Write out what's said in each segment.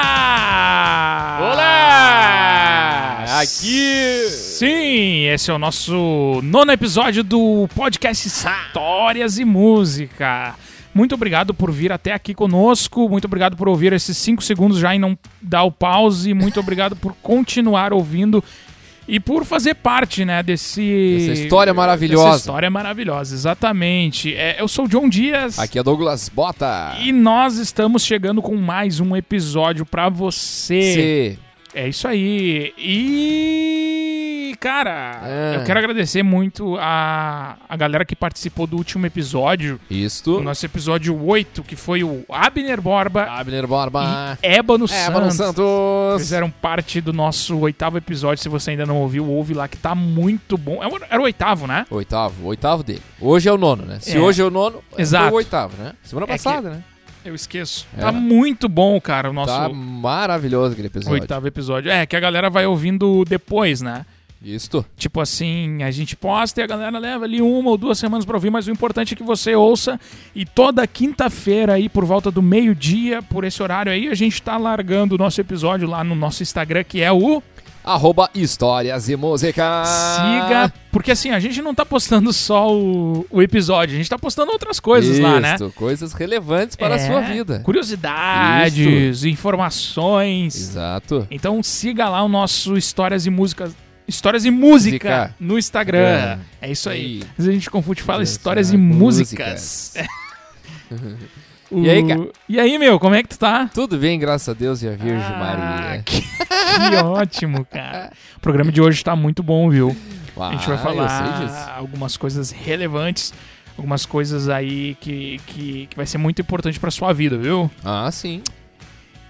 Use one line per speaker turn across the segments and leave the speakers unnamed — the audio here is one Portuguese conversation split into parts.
Olá!
Olá! Aqui.
Sim, esse é o nosso nono episódio do podcast Histórias e Música. Muito obrigado por vir até aqui conosco, muito obrigado por ouvir esses 5 segundos já e não dar o pause, muito obrigado por continuar ouvindo e por fazer parte, né, desse...
Dessa história maravilhosa.
Dessa história maravilhosa, exatamente. É, eu sou o John Dias.
Aqui é Douglas Bota.
E nós estamos chegando com mais um episódio pra você.
Sim.
É isso aí. E. Cara,
É.
eu quero agradecer muito a, a galera que participou do último episódio,
Isto.
o nosso episódio 8, que foi o Abner Borba
Abner Borba.
e Ébano
É, Mano
Santos. é.
Santos.
Fizeram parte do nosso oitavo episódio. Se você ainda não ouviu, ouve lá que tá muito bom. É o- Era o oitavo, né?
Oitavo, oitavo dele. Hoje é o nono, né? Se
É.
hoje é o nono,
Exato.
foi o oitavo, né? Semana
É
passada, né?
Eu esqueço.
É.
Tá muito bom, cara, o nosso
Tá maravilhoso aquele episódio.
oitavo episódio. É, que a galera vai ouvindo depois, né?
Isto.
Tipo assim, a gente posta e a galera leva ali uma ou duas semanas pra ouvir, mas o importante é que você ouça. E toda quinta-feira aí, por volta do meio-dia, por esse horário aí, a gente tá largando o nosso episódio lá no nosso Instagram, que é o
Arroba Histórias e Música.
Siga. Porque assim, a gente não tá postando só o, o episódio, a gente tá postando outras coisas lá, né?
Isto, coisas relevantes
É,
para a sua vida.
Curiosidades, informações.
Exato.
Então siga lá o nosso Histórias e Músicas. Histórias e Música
Música.
no Instagram.
É.
É isso aí.
Aí.
Às vezes a gente confunde e fala
Isso,
Histórias
é,
e Músicas. O-
E aí, cara?
E aí, meu, como é que tu tá?
Tudo bem, graças a Deus e a Virgem
Ah,
Maria.
Que, que ótimo, cara. O programa de hoje tá muito bom, viu? A gente vai
Ah, Eu sei
falar
disso.
algumas coisas relevantes, algumas coisas aí que, que, que vai ser muito importante pra sua vida, viu?
Ah, sim.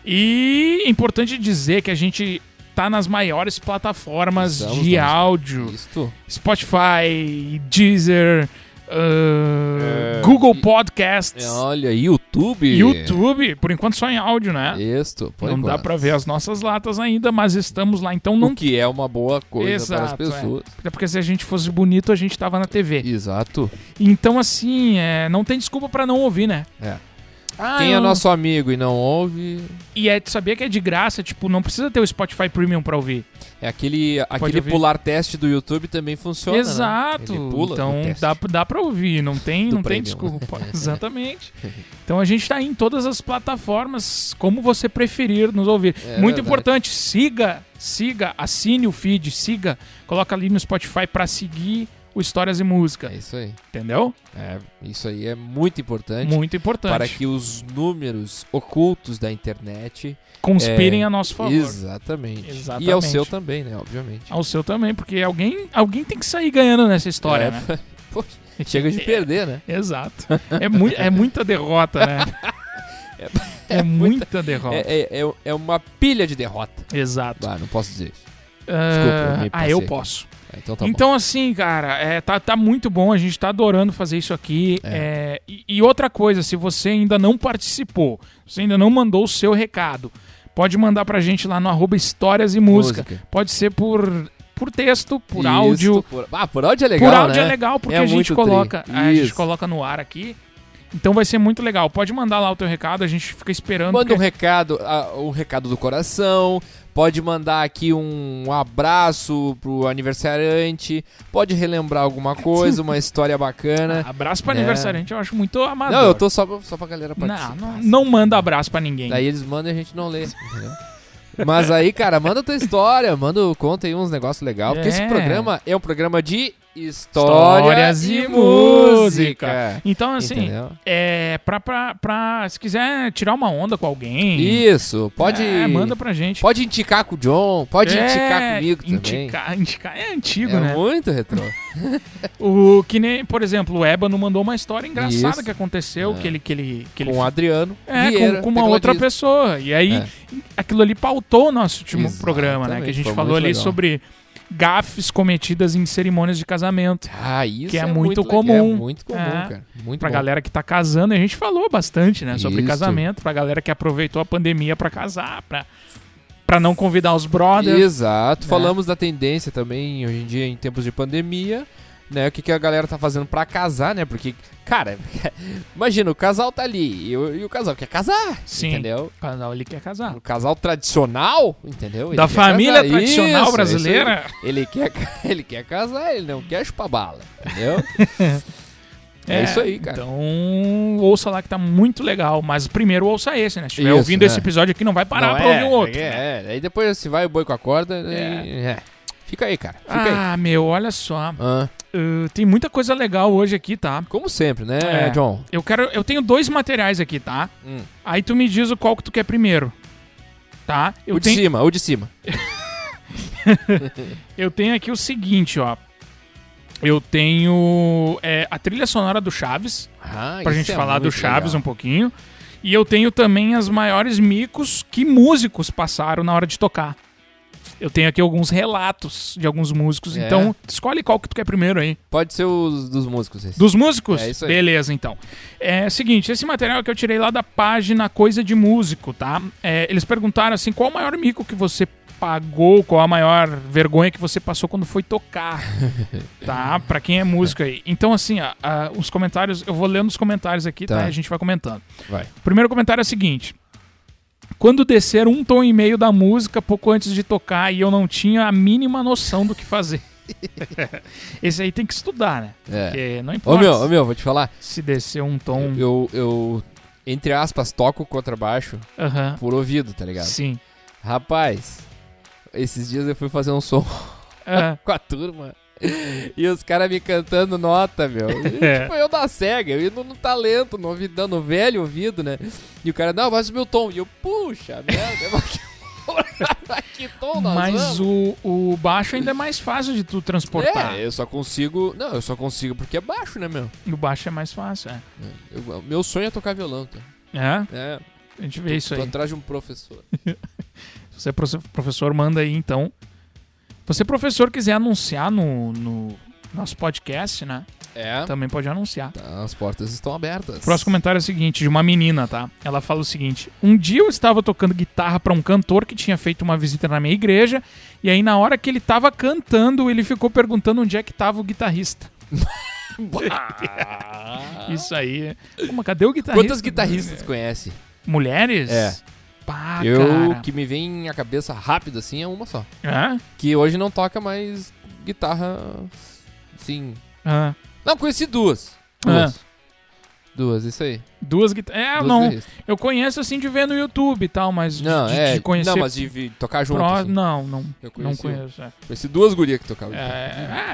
E é importante dizer que a gente tá nas maiores plataformas
Estamos
de
nas-
áudio:
Isto.
Spotify, Deezer, ah,
É,
Google
e-
Podcasts,
Olha, YouTube.
YouTube. Por enquanto só em áudio, né?
Isto. É, por
não dá
enquanto.
pra ver as nossas latas ainda, mas estamos lá. Então não.
O que é uma boa coisa para
Exato, é.
as pessoas.
Até porque se a gente fosse bonito, a gente tava na TV.
Exato.
Então, assim, é, não tem desculpa pra não ouvir, né?
É.
Ah,
Quem
eu-
é nosso amigo e não ouve,
E é, tu sabia que é de graça, tipo, não precisa ter o Spotify Premium pra ouvir.
é aquele, aquele
ouvir.
pular teste do YouTube também funciona. né?
Exato.
Ele pula
então
no teste.
dá, dá pra ouvir, não tem,
Do né?
não tem
premium.
desculpa. Exatamente. Então a gente tá aí em todas as plataformas, como você preferir nos ouvir.
É
Muito
verdade.
importante, siga, siga, assine o feed, siga, coloca ali no Spotify pra seguir o Histórias e Música,
É isso aí.
entendeu?
É, isso aí é muito importante.
Muito importante.
Para que os números ocultos da internet.
Conspirem
é,
a nosso favor.
Exatamente. E ao
Exatamente.
seu também, né? Obviamente.
Ao seu também, porque alguém, alguém tem que sair ganhando nessa história,
É,
né? É.
poxa, Chega de perder, né?
Exato. É, mui- é muita derrota, né? É, muita derrota.
É, é, é, é uma pilha de derrota.
Exato.
Ah, não posso dizer. isso.
Ah,
eu me
ah,
passei
eu
aqui.
posso.
Ah, Então tá
então, assim, cara, é, tá, tá muito bom. A gente tá adorando fazer isso aqui. É, e, e outra coisa, se você ainda não participou, se você ainda não mandou o seu recado, pode mandar pra gente lá no arroba Histórias e
bom.
Música. Pode ser por, por texto, por áudio,
Isso, por- Ah, por áudio é legal,
por áudio
né?
é legal, porque
É
a gente
muito tri.
coloca, a gente
Isso.
coloca no ar aqui. Então vai ser muito legal. Pode mandar lá o teu recado, a gente fica esperando.
Manda um
porque-
recado, ah, um recado do coração. Pode mandar aqui um abraço pro aniversariante. Pode relembrar alguma coisa, uma história bacana.
Abraço pra
né?
aniversariante, eu acho muito amador.
não, eu tô só, pra- só pra galera
Ah, Não,
participar.
não, não manda abraço pra ninguém.
Daí eles mandam e a gente não lê. entendeu? Mas aí, cara, manda tua história, manda, conta aí uns negócios legais. Porque
É.
esse programa é um programa de
Histórias
histórias,
e
e
música.
música.
Então, assim,
Entendeu?
é, pra, pra, pra- Se quiser tirar uma onda com alguém.
Isso, pode.
É, manda pra gente.
Pode indicar com o John, pode
É,
indicar comigo também.
indicar, Indicar é antigo,
é
né?
muito retrô.
O que nem, por exemplo, o Ébano mandou uma história engraçada
Isso.
que aconteceu, que ele. Que ele, que ele
com o Adriano.
É,
Vieira,
com, com uma outra
tecladista.
pessoa. E aí,
É.
aquilo ali pautou o nosso último
Exatamente,
programa, né? Que a gente
foi
falou
muito
ali
legal.
sobre gafes cometidas em cerimônias de casamento.
Ah, isso
que é
é,
muito
legal,
comum.
É muito comum,
É.
cara. Muito
Pra
bom.
galera que tá casando, e a gente falou bastante, né? Sobre
Isso.
casamento, pra galera que aproveitou a pandemia pra casar, pra, pra não convidar os brothers.
Exato.
É.
Falamos da tendência também, hoje em dia, em tempos de pandemia, né? O que, que a galera tá fazendo pra casar, né? Porque, cara, imagina, o casal tá ali e, o- e o casal quer casar,
Sim.
entendeu?
O casal ele quer casar.
O casal tradicional, entendeu? Ele
da
quer
família
casar.
tradicional
Isso,
brasileira.
isso aí. ele, quer, ca- ele quer casar, ele não quer chupar bala, entendeu? é, isso aí, cara.
Então, ouça lá que tá muito legal. Mas primeiro ouça esse, né? Se estiver
Isso,
ouvindo
né?
esse episódio aqui, não vai parar
Não,
pra
é,
ouvir o outro.
É,
né?
é. aí depois se vai o boi com a corda, aí- é. fica aí, cara, fica aí.
Ah, meu, olha só.
Ah,
Uh, tem muita coisa legal hoje aqui, tá?
como sempre, né,
É.
John?
Eu quero. Eu tenho dois materiais aqui, tá?
Hum.
Aí tu me diz o qual que tu quer primeiro. Tá? Eu,
o de
tenho,
cima, o de cima.
eu tenho aqui o seguinte, ó. Eu tenho é, a trilha sonora do Chaves,
Ah,
pra
isso
gente
é
falar do
muito
Chaves
legal.
um pouquinho. E eu tenho também as maiores micos que músicos passaram na hora de tocar. Eu tenho aqui alguns relatos de alguns músicos,
É.
então escolhe qual que tu quer primeiro aí.
Pode ser os dos músicos esse.
Dos músicos?
É isso aí.
Beleza, então. É o seguinte, esse material que eu tirei lá da página Coisa de Músico, tá? É, eles perguntaram assim, qual o maior mico que você pagou, qual a maior vergonha que você passou quando foi tocar, tá? Pra quem é músico aí. Então, assim, ó, ah, os comentários, eu vou lendo os comentários aqui, tá?
Tá.
A gente vai comentando.
Vai.
O primeiro comentário é o seguinte... Quando descer um tom e meio da música pouco antes de tocar e eu não tinha a mínima noção do que fazer. Esse aí tem que estudar, né?
É.
Porque não
Ô
importa
meu, ô meu, vou te falar.
se descer um tom.
Eu, eu, entre aspas, toco contrabaixo
Aham.
por ouvido, tá ligado?
Sim.
Rapaz, esses dias eu fui fazer um som
Ah,
com a turma. E os caras me cantando nota, meu. E,
É.
Tipo, eu da cega, eu tá indo no talento, no ouvidão, no velho ouvido, né? E o cara, não, vai subir o tom. E eu, puxa, merda, mas que, que tom nós
mas
vamos?
o, o baixo ainda é mais fácil de tu transportar.
É, eu só consigo. Não, eu só consigo porque é baixo, né, meu?
O baixo é mais fácil, é.
Eu- meu sonho é tocar violão, tá?
É,
É,
a gente
tô-
vê isso
tô
aí.
atrás de um professor.
Se você é profe- professor, manda aí então. Você, professor, quiser anunciar no, no nosso podcast, né?
É.
Também pode anunciar.
Tá, As portas estão abertas.
O próximo comentário é o seguinte, de uma menina, tá? Ela fala o seguinte: Um dia eu estava tocando guitarra para um cantor que tinha feito uma visita na minha igreja, e aí na hora que ele tava cantando, ele ficou perguntando onde é que tava o guitarrista. Isso aí. é- Pô, mas cadê o guitarrista?
Quantas Ah.
né?
guitarristas conhece?
Mulheres?
É.
Pá,
eu,
Ah, cara.
que me vem à cabeça rápido assim, é uma só.
Hã?
Que hoje não toca mais guitarra. Sim.
Hã?
Não, conheci duas.
É.
Duas. Duas, isso aí.
Duas guitarras. É,
Duas
não.
guitarristas.
Eu conheço assim de ver no YouTube e tal, mas de-
Não,
de,
é.
de conhecer.
Não, mas de vi- tocar junto.
pro-
assim.
Não, não.
Eu
Não
conheci,
conheço. É,
conheci duas gurias que tocavam. guitarra.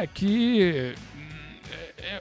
é, é que.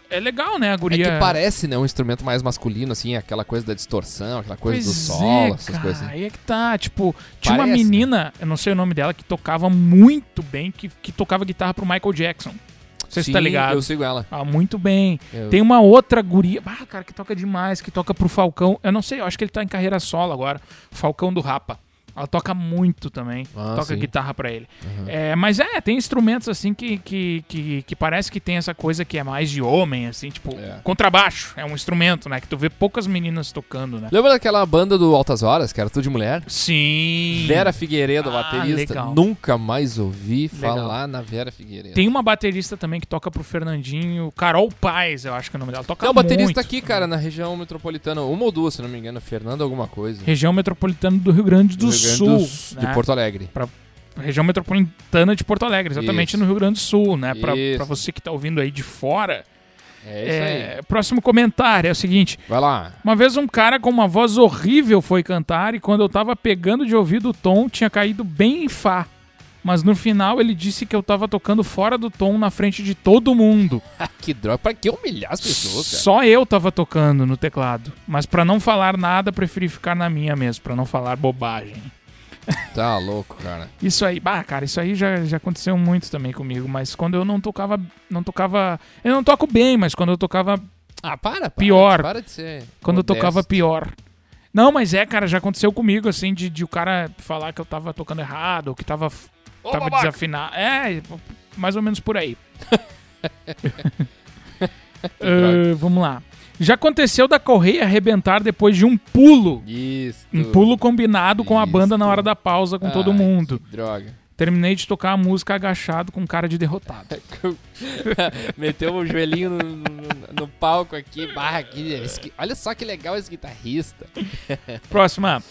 É, é legal, né, a
É
guria?
que parece, né, um instrumento mais masculino, assim, aquela coisa da distorção, aquela coisa do
Pois
solo,
é,
essas
cara,
coisas assim.
Aí é que tá, tipo, tinha uma
Parece, né?
menina, eu não sei o nome dela, que tocava muito bem, que, que tocava guitarra pro Michael Jackson. Não sei se tá
Sim,
ligado.
Eu sigo ela.
Ah, muito bem.
Eu-
Tem uma outra guria, ah, cara, que toca demais, que toca pro Falcão. Eu não sei, eu acho que ele tá em carreira solo agora. Falcão do Rapa. Ela toca muito também.
Ah,
toca
sim.
guitarra pra ele.
Uhum.
É, mas é, tem instrumentos assim que, que, que, que parece que tem essa coisa que é mais de homem, assim, tipo,
É.
contrabaixo. É um instrumento, né? Que tu vê poucas meninas tocando, né?
Lembra daquela banda do Altas Horas, que era tudo de mulher?
Sim.
Vera Figueiredo,
Ah,
baterista.
legal.
Nunca mais ouvi
Legal.
falar na Vera Figueiredo.
Tem uma baterista também que toca pro Fernandinho, Carol Paz, eu acho que é o nome dela. Toca
Tem um
muito.
baterista aqui, cara, na região metropolitana. Uma ou duas, se não me engano. Fernando alguma coisa.
Região metropolitana do Rio Grande do,
Rio
Sul.
Grande Sul,
né?
De Porto Alegre.
Região metropolitana de Porto Alegre, exatamente
Isso.
no Rio Grande do Sul, né? Pra,
Isso.
pra você que tá ouvindo aí de fora.
É isso
É, Próximo comentário é o seguinte:
aí. Vai lá.
Uma vez um cara com uma voz horrível foi cantar e quando eu tava pegando de ouvido o tom, tinha caído bem em Fá. Mas no final ele disse que eu tava tocando fora do tom na frente de todo mundo.
Que droga. Pra que humilhar as pessoas, cara?
Só eu tava tocando no teclado. Mas pra não falar nada, preferi ficar na minha mesmo, pra não falar bobagem.
Tá louco, cara.
Isso aí, bah, cara, isso aí já, já aconteceu muito também comigo, mas quando eu não tocava, não tocava, eu não toco bem, mas quando eu tocava,
Ah, para, para.
Pior.
Para de ser.
quando eu
modesto.
tocava pior. Não, mas é, cara, já aconteceu comigo assim de, de o cara falar que eu tava tocando errado, ou que tava
Ô,
tava
babaca!
desafinado. É, mais ou menos por aí.
droga.
Ah, vamos lá. Já aconteceu da correia arrebentar depois de um pulo.
Isso.
Um pulo combinado com a
Isso.
banda na hora da pausa com todo
Ai,
mundo.
que droga.
Terminei de tocar a música agachado com cara de derrotado.
Meteu o joelhinho no, no- no palco aqui. Barra aqui. esse gui- Olha só que legal esse guitarrista.
Próxima.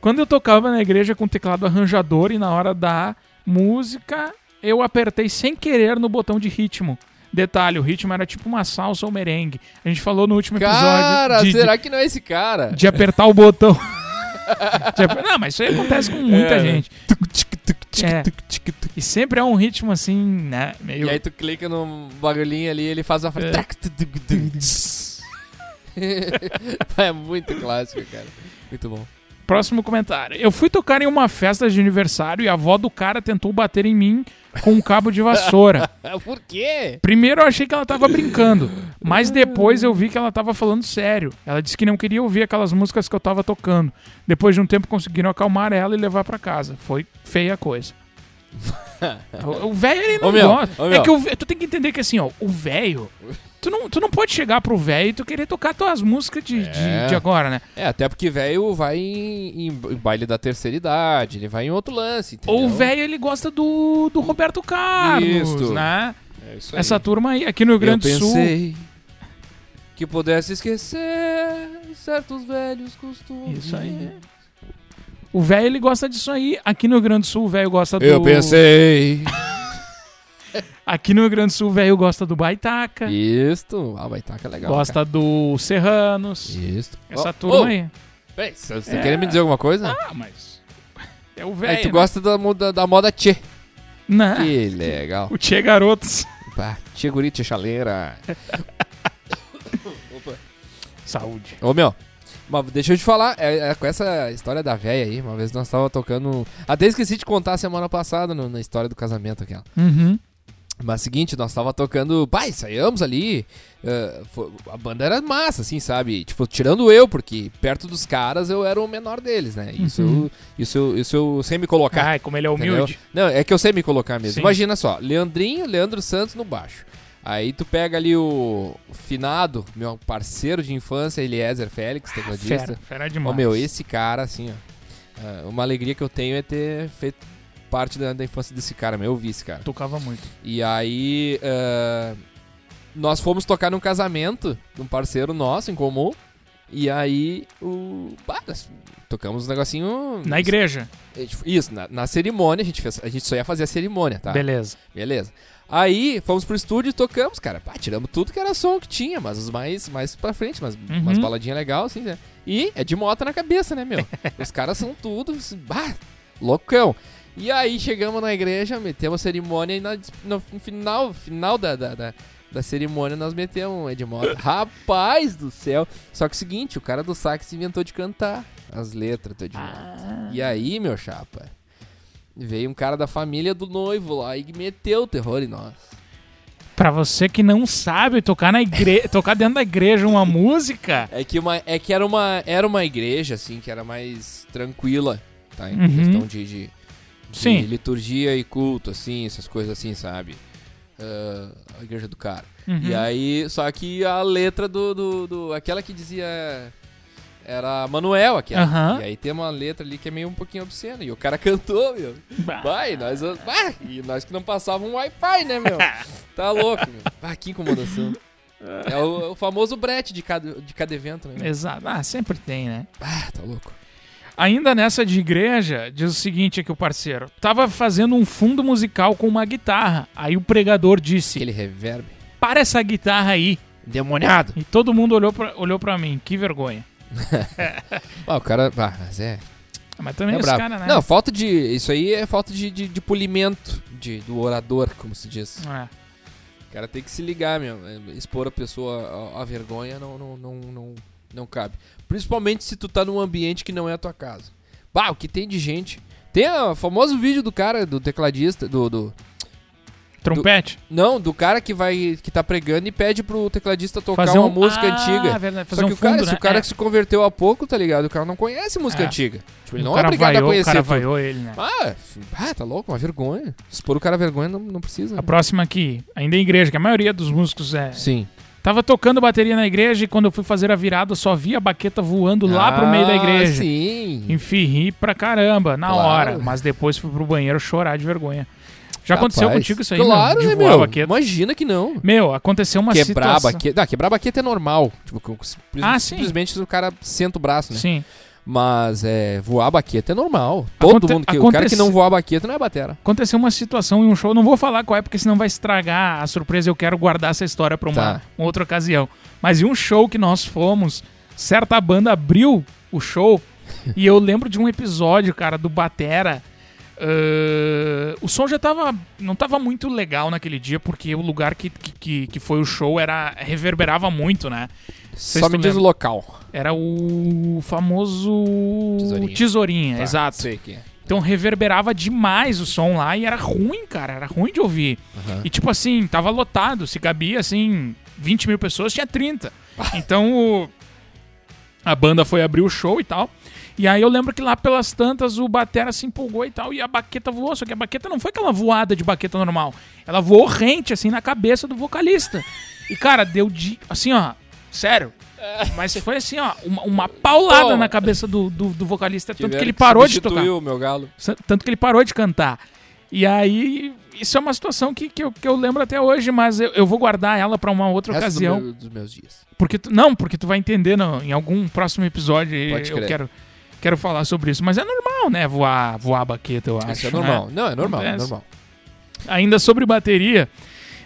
Quando eu tocava na igreja com teclado arranjador e na hora da música, eu apertei sem querer no botão de ritmo. Detalhe, o ritmo era tipo uma salsa ou merengue. A gente falou no último Um episódio
Cara,
de, de-
será que não é esse cara?
de apertar o botão. De aper- Não, mas isso aí acontece com muita
É.
gente. É.
Tic, tic, tic.
E sempre é um ritmo assim, né? Meio...
E aí tu clica no bagulhinho ali e ele faz uma frase.
É.
Trac, tu, tu, tu, tu. é muito clássico, cara. Muito bom.
Próximo comentário. Eu fui tocar em uma festa de aniversário e a avó do cara tentou bater em mim com um cabo de vassoura.
Por quê?
Primeiro eu achei que ela tava brincando, mas depois eu vi que ela tava falando sério. Ela disse que não queria ouvir aquelas músicas que eu tava tocando. Depois de um tempo conseguiram acalmar ela e levar pra casa. Foi feia a coisa. O- o velho ele não
Ô, meu,
gosta.
ô,
é
meu.
que o ve- tu tem que entender que assim, ó, o velho, tu não, tu não pode chegar pro velho e tu querer tocar tuas músicas de, de-
É.
de agora, né?
É, até porque velho vai em, em baile da terceira idade, ele vai em outro lance.
Ou o
entendeu?
velho ele gosta do, do Roberto Carlos,
Isto.
né?
É isso aí.
Essa turma aí aqui no Rio Grande do
Eu
Sul.
pensei que pudesse esquecer certos velhos costumes.
Isso aí. O velho ele gosta disso aí. Aqui no Rio Grande do Sul, o velho gosta do.
Eu pensei.
Aqui no Rio Grande do Sul, o velho gosta do Baitaca.
Isto. Ah, vai tá que é legal.
gosta do Serranos.
Cara. Isto.
Essa
Oh,
turma
oh,
aí.
peraí, Você você
É.
quer me dizer alguma coisa?
Ah, mas. É o
Aí
velho.
tu
né?
gosta da, moda- da moda tchê.
Não.
Que legal.
Né? O Tchê Garotos.
Pá, Tchê guri, tchê chaleira.
Saúde.
Ô meu, mas deixa eu te falar, é, é, com essa história da véia aí, uma vez nós tava tocando. Até esqueci de contar semana passada no- na história do casamento aquela.
Uhum.
Mas seguinte, nós tava tocando. Pai, saímos ali. eh, fo- a banda era massa, assim, sabe? Tipo, tirando eu, porque perto dos caras eu era o menor deles, né? Isso,
Uhum.
eu, isso, eu, isso eu sei me colocar.
Ai, como ele é
Entendeu?
humilde.
Não, é que eu sei me colocar mesmo.
Sim.
Imagina só, Leandrinho, Leandro Santos no baixo. Aí tu pega ali o finado, meu parceiro de infância, Eliezer Félix,
Fera.
tecladista.
Ah, Fera
Ô
demais.
meu, esse cara, assim, ó. ah, Uma alegria que eu tenho é ter feito parte da, da infância desse cara, meu, eu vi esse cara.
Tocava muito.
E aí, ah, nós fomos tocar num casamento de um parceiro nosso em comum. E aí, o. Bah, nós tocamos um negocinho.
Na igreja.
É, tipo, Isso, na, na cerimônia a gente fez. A gente só ia fazer a cerimônia, tá?
Beleza.
Beleza. Aí fomos pro estúdio e tocamos, cara. Pá, tiramos tudo que era som que tinha, mas os mais, mais pra frente, mas,
Uhum.
umas baladinhas legais, assim, né? E é de moto na cabeça, né, meu? os caras são tudo, assim, bah, loucão. E aí chegamos na igreja, metemos a cerimônia e na dis- no final, final da, da, da, da cerimônia nós metemos um Edmota. Rapaz do céu! Só que o seguinte, o cara do sax inventou de cantar as letras do Edmota. E aí, meu chapa, veio um cara da família do noivo lá e meteu o terror em nós.
Pra você que não sabe tocar na igreja, tocar dentro da igreja uma música,
É que, uma, é que era, uma, era uma igreja, assim, que era mais tranquila, tá? Em
Uhum.
questão de, de, de
Sim.
liturgia e culto, assim, essas coisas assim, sabe? Ah, a igreja do cara.
Uhum.
E aí, só que a letra do, do, do- Aquela que dizia. Era Manuel aquela.
Aham.
E aí tem uma letra ali que é meio um pouquinho obscena. E o cara cantou, meu.
Bah.
Vai, nós. Bah, e nós que não passávamos um Wi-Fi, né, meu? Tá louco, meu. Bah, que incomodação. É o, é o famoso brete de cada, de cada evento, né? meu?
Exato. Ah, sempre tem, né?
Ah, tá louco.
Ainda nessa de igreja, diz o seguinte aqui o parceiro. Tava fazendo um fundo musical com uma guitarra. Aí o pregador disse,
Aquele reverb.
para essa guitarra aí.
Demoniado.
E todo mundo olhou pra, olhou pra mim. Que vergonha.
Ah, o cara. Ah, mas é.
Ah, Mas também
é
os
brabo.
caras, né?
Não, falta de. Isso aí é falta de, de, de polimento de, do orador, como se diz.
É.
O cara tem que se ligar, meu. Expor a pessoa à, à vergonha não, não, não, não, não cabe. Principalmente se tu tá num ambiente que não é a tua casa. Bah, o que tem de gente. Tem ah, o famoso vídeo do cara, do tecladista, do. do-
Trompete.
não, do cara que vai. que tá pregando e pede pro tecladista tocar
Fazer
uma
um-
música
Ah,
antiga.
verdade,
Só
fazer
que
um
o cara,
fundo,
se
né?
o cara
É.
que se converteu há pouco, tá ligado? O cara não conhece música
É.
antiga. Tipo, ele
O
não é
cara
obrigado
vaiou,
a conhecer.
O cara
tudo.
vaiou ele, né?
Ah, f- ah, tá louco, uma vergonha. Expor o cara a vergonha não, não precisa.
A próxima aqui. Ainda em igreja, que a maioria dos músicos é,
Sim.
Tava tocando bateria na igreja e quando eu fui fazer a virada, eu só vi a baqueta voando lá pro meio da
Ah,
igreja.
Sim.
Enfim, ri pra caramba, na
Claro.
hora. Mas depois fui pro banheiro chorar de vergonha. Já aconteceu
Capaz.
contigo isso aí,
Claro,
meu? De
né,
voar a
meu?
baqueta?
Imagina que não.
Meu, aconteceu uma
quebrar a
situação...
baqueta. Ah, quebrar a baqueta é normal. Tipo, que o- simples-
Ah, sim.
Simplesmente o cara senta o braço, né?
Sim.
Mas é, voar a baqueta é normal. Todo
Aconte-
mundo que. O cara
acontece-
que não voar a baqueta não é batera.
Aconteceu uma situação em um show, não vou falar qual é, porque senão vai estragar a surpresa. Eu quero guardar essa história pra uma,
Tá.
uma outra ocasião. Mas em um show que nós fomos, certa banda abriu o show e eu lembro de um episódio, cara, do Batera. Ahn, o som já tava. Não tava muito legal naquele dia, porque o lugar que, que, que- que foi o show era reverberava muito, né?
Só
tu
me diz
lembra.
o local.
Era o famoso.
Tesourinha.
Tesourinha,
Tá,
exato.
Sei que é.
Então reverberava demais o som lá e era ruim, cara. Era ruim de ouvir.
Aham.
E tipo assim, tava lotado. Se cabia assim, 20 mil pessoas, tinha 30. Então o- a banda foi abrir o show e tal. E aí eu lembro que lá pelas tantas o Batera se empolgou e tal. E a baqueta voou. Só que a baqueta não foi aquela voada de baqueta normal. Ela voou rente, assim, na cabeça do vocalista. E cara, deu de. Assim, ó. Sério.
É.
Mas foi assim, ó. Uma, uma paulada
Bom.
na cabeça do, do, do vocalista. Tanto que
Tiveram
ele parou de
substituir
tocar.
o meu galo.
Sa- Tanto que ele parou de cantar. E aí, isso é uma situação que, que, eu, que eu lembro até hoje, mas eu, eu vou guardar ela pra uma outra
Resto do
ocasião.
meu- dos meus dias.
Porque tu- não, porque tu vai entender não, em algum próximo episódio. e
Pode
eu
crer.
quero, quero falar sobre isso. Mas é normal, né? Voar, voar a baqueta, eu acho.
Isso é
né?
normal. Não, é normal, é
Acontece.
normal.
Ainda sobre bateria,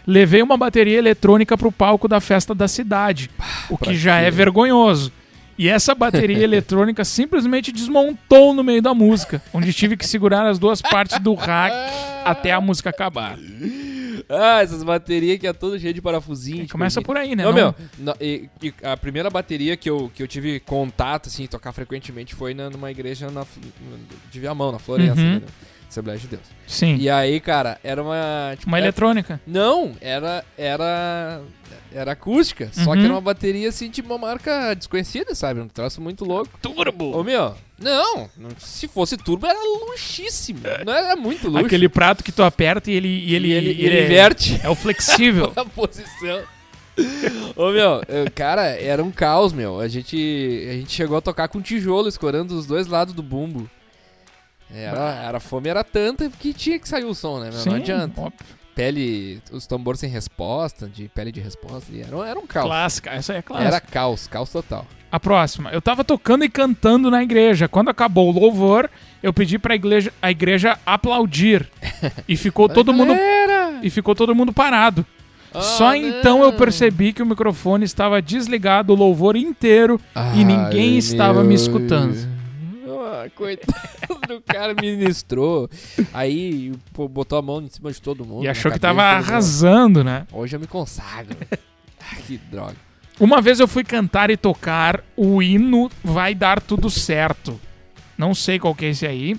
levei uma bateria eletrônica pro palco da festa da cidade, o
pra
que já
quê?
é vergonhoso. E essa bateria eletrônica simplesmente desmontou no meio da música, onde tive que segurar as duas partes do rack até a música acabar.
Ah, essas baterias que é todo cheio de parafusinho. tipo,
Começa
de-
por aí, né?
Não,
Não-
meu, não, e- e a primeira bateria que eu, que eu tive contato, assim, tocar frequentemente foi na- numa igreja na, Fl- de Viamão, na Florença,
Uhum.
né, na Assembleia de Deus.
Sim.
E aí, cara, era uma... Tipo,
Uma
era-
eletrônica.
Não, era... era... Era acústica, só
Uhum.
que era uma bateria assim de uma marca desconhecida, sabe? Um troço muito louco. Ô
Turbo!
meu, não, não- se fosse turbo era luxíssimo. Não era muito luxo.
Aquele prato que tu aperta e ele. E ele,
E ele,
e
ele
ele é,
inverte
é o flexível.
a posição. Ô meu, eu- cara, era um caos, meu. A gente, a gente chegou a tocar com tijolo escorando os dois lados do bumbo. Era, era a fome era tanta que tinha que sair o som, né? meu?
Sim,
não adianta.
óbvio.
Pele, os tambores sem resposta, de pele de resposta, e era, um- era um caos.
Clássica, essa é clássica.
Era caos, caos total.
A próxima. Eu tava tocando e cantando na igreja. Quando acabou o louvor, eu pedi pra igreja, a igreja aplaudir. E ficou todo mundo
Galera!
e ficou todo mundo parado.
É. Ah,
Só então eu
não.
percebi que o microfone estava desligado o louvor inteiro
Ah,
e ninguém
meu-
estava me escutando.
Ah, coitado do cara, ministrou. Aí pô, botou a mão em cima de todo mundo.
E
na
achou que
cabeça,
tava
todo mundo.
arrasando, né?
Hoje eu me consagro. Ah, que droga.
Uma vez eu fui cantar e tocar o hino Vai Dar Tudo Certo. Não sei qual que é esse aí.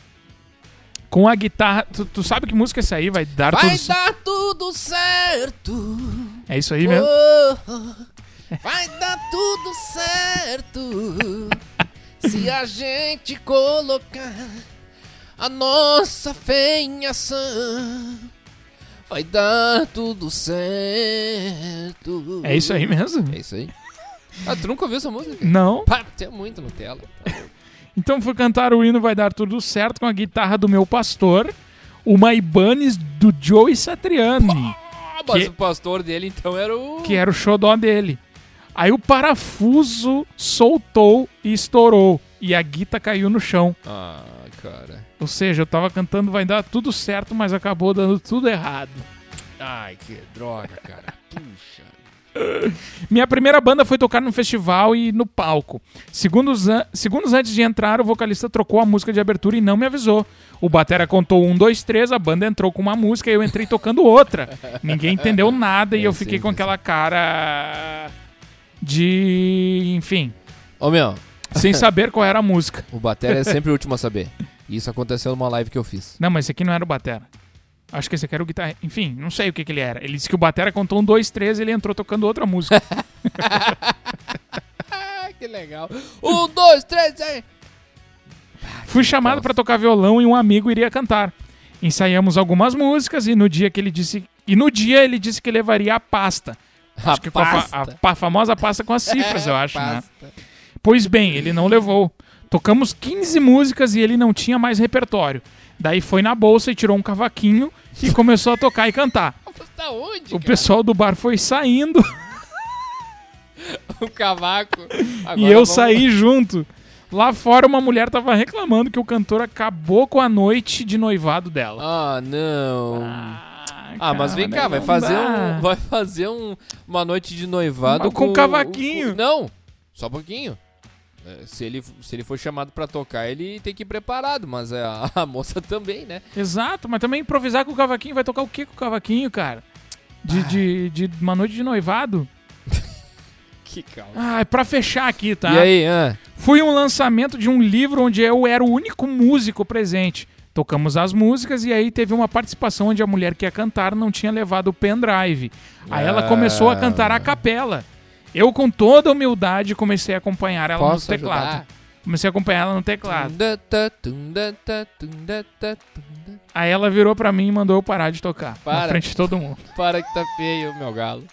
Com a guitarra. Tu, tu sabe que música é essa aí? Vai dar
Vai
tudo certo.
dar tudo certo.
É isso aí mesmo?
oh, vai dar tudo certo. se a gente colocar a nossa fé em ação. Vai dar tudo certo.
É isso aí mesmo?
É isso aí. Ah, tu nunca ouviu essa música?
Não.
Pá, tem muito Nutella.
Então fui cantar o hino Vai Dar Tudo Certo com a guitarra do meu pastor, uma Ibanez do Joey Satriani,
Ah, mas
Que-
o pastor dele então era o.
que era o xodó dele. Aí o parafuso soltou e estourou, e a guita caiu no chão.
Ah, cara.
Ou seja, eu tava cantando Vai Dar Tudo Certo, mas acabou dando tudo errado.
Ai, que droga, cara. Puxa.
Minha primeira banda foi tocar num festival e no palco. Segundos, an- segundos antes de entrar, o vocalista trocou a música de abertura e não me avisou. O batera contou um, dois, três, a banda entrou com uma música e eu entrei tocando outra. Ninguém entendeu nada e
É,
eu fiquei
sim,
com
sim,
aquela cara de... enfim,
Ô meu,
sem saber qual era a música.
o Batera é sempre o último a saber. E Isso aconteceu numa live que eu fiz.
Não, mas esse aqui não era o batera. Acho que esse aqui era o guitarra. Enfim, não sei o que, que ele era. Ele disse que o batera contou um, dois, três e ele entrou tocando outra música.
Ah, que legal. Um, dois, três, aí.
Fui chamado pra tocar violão e um amigo iria cantar. Ensaiamos algumas músicas e no dia que ele disse e no dia ele disse que levaria a pasta. Acho que com a, fa-
né?
a pa- famosa pasta É, com as cifras, eu acho, né? Pois bem, ele não levou. Tocamos 15 músicas e ele não tinha mais repertório. Daí foi na bolsa e tirou um cavaquinho e começou a tocar e cantar.
Tá onde,
O
cara?
pessoal do bar foi saindo
O cavaco.
e eu saí junto. Lá fora, uma mulher tava reclamando que o cantor acabou com a noite de noivado dela.
Ah, não. Ah, mas vem
cara,
cá, vai
não
fazer,
dá.
um, vai fazer um, uma noite de noivado
Mas com cavaquinho.
com- não, só um pouquinho. É, Se ele, se ele for chamado pra tocar, ele tem que ir preparado, mas é a, a moça também, né?
Exato, mas também improvisar com o cavaquinho. Vai tocar o que com o cavaquinho, cara?
Ah.
De, de, de uma noite de noivado?
Que calma.
Ah, pra fechar aqui, tá?
E aí, ah,
Foi um lançamento de um livro onde eu era o único músico presente. Tocamos as músicas e aí teve uma participação onde a mulher que ia cantar não tinha levado o pendrive. Aí ela
Ah.
começou a cantar a capela. Eu, com toda humildade, comecei a acompanhar ela
posso
no É um teclado.
ajudar?
Comecei a acompanhar ela no teclado.
Tunda, ta, tunda, ta, tunda, ta, tunda.
Aí ela virou pra mim e mandou eu parar de tocar. Na
Para.
frente de todo mundo.
Para que tá feio, meu galo.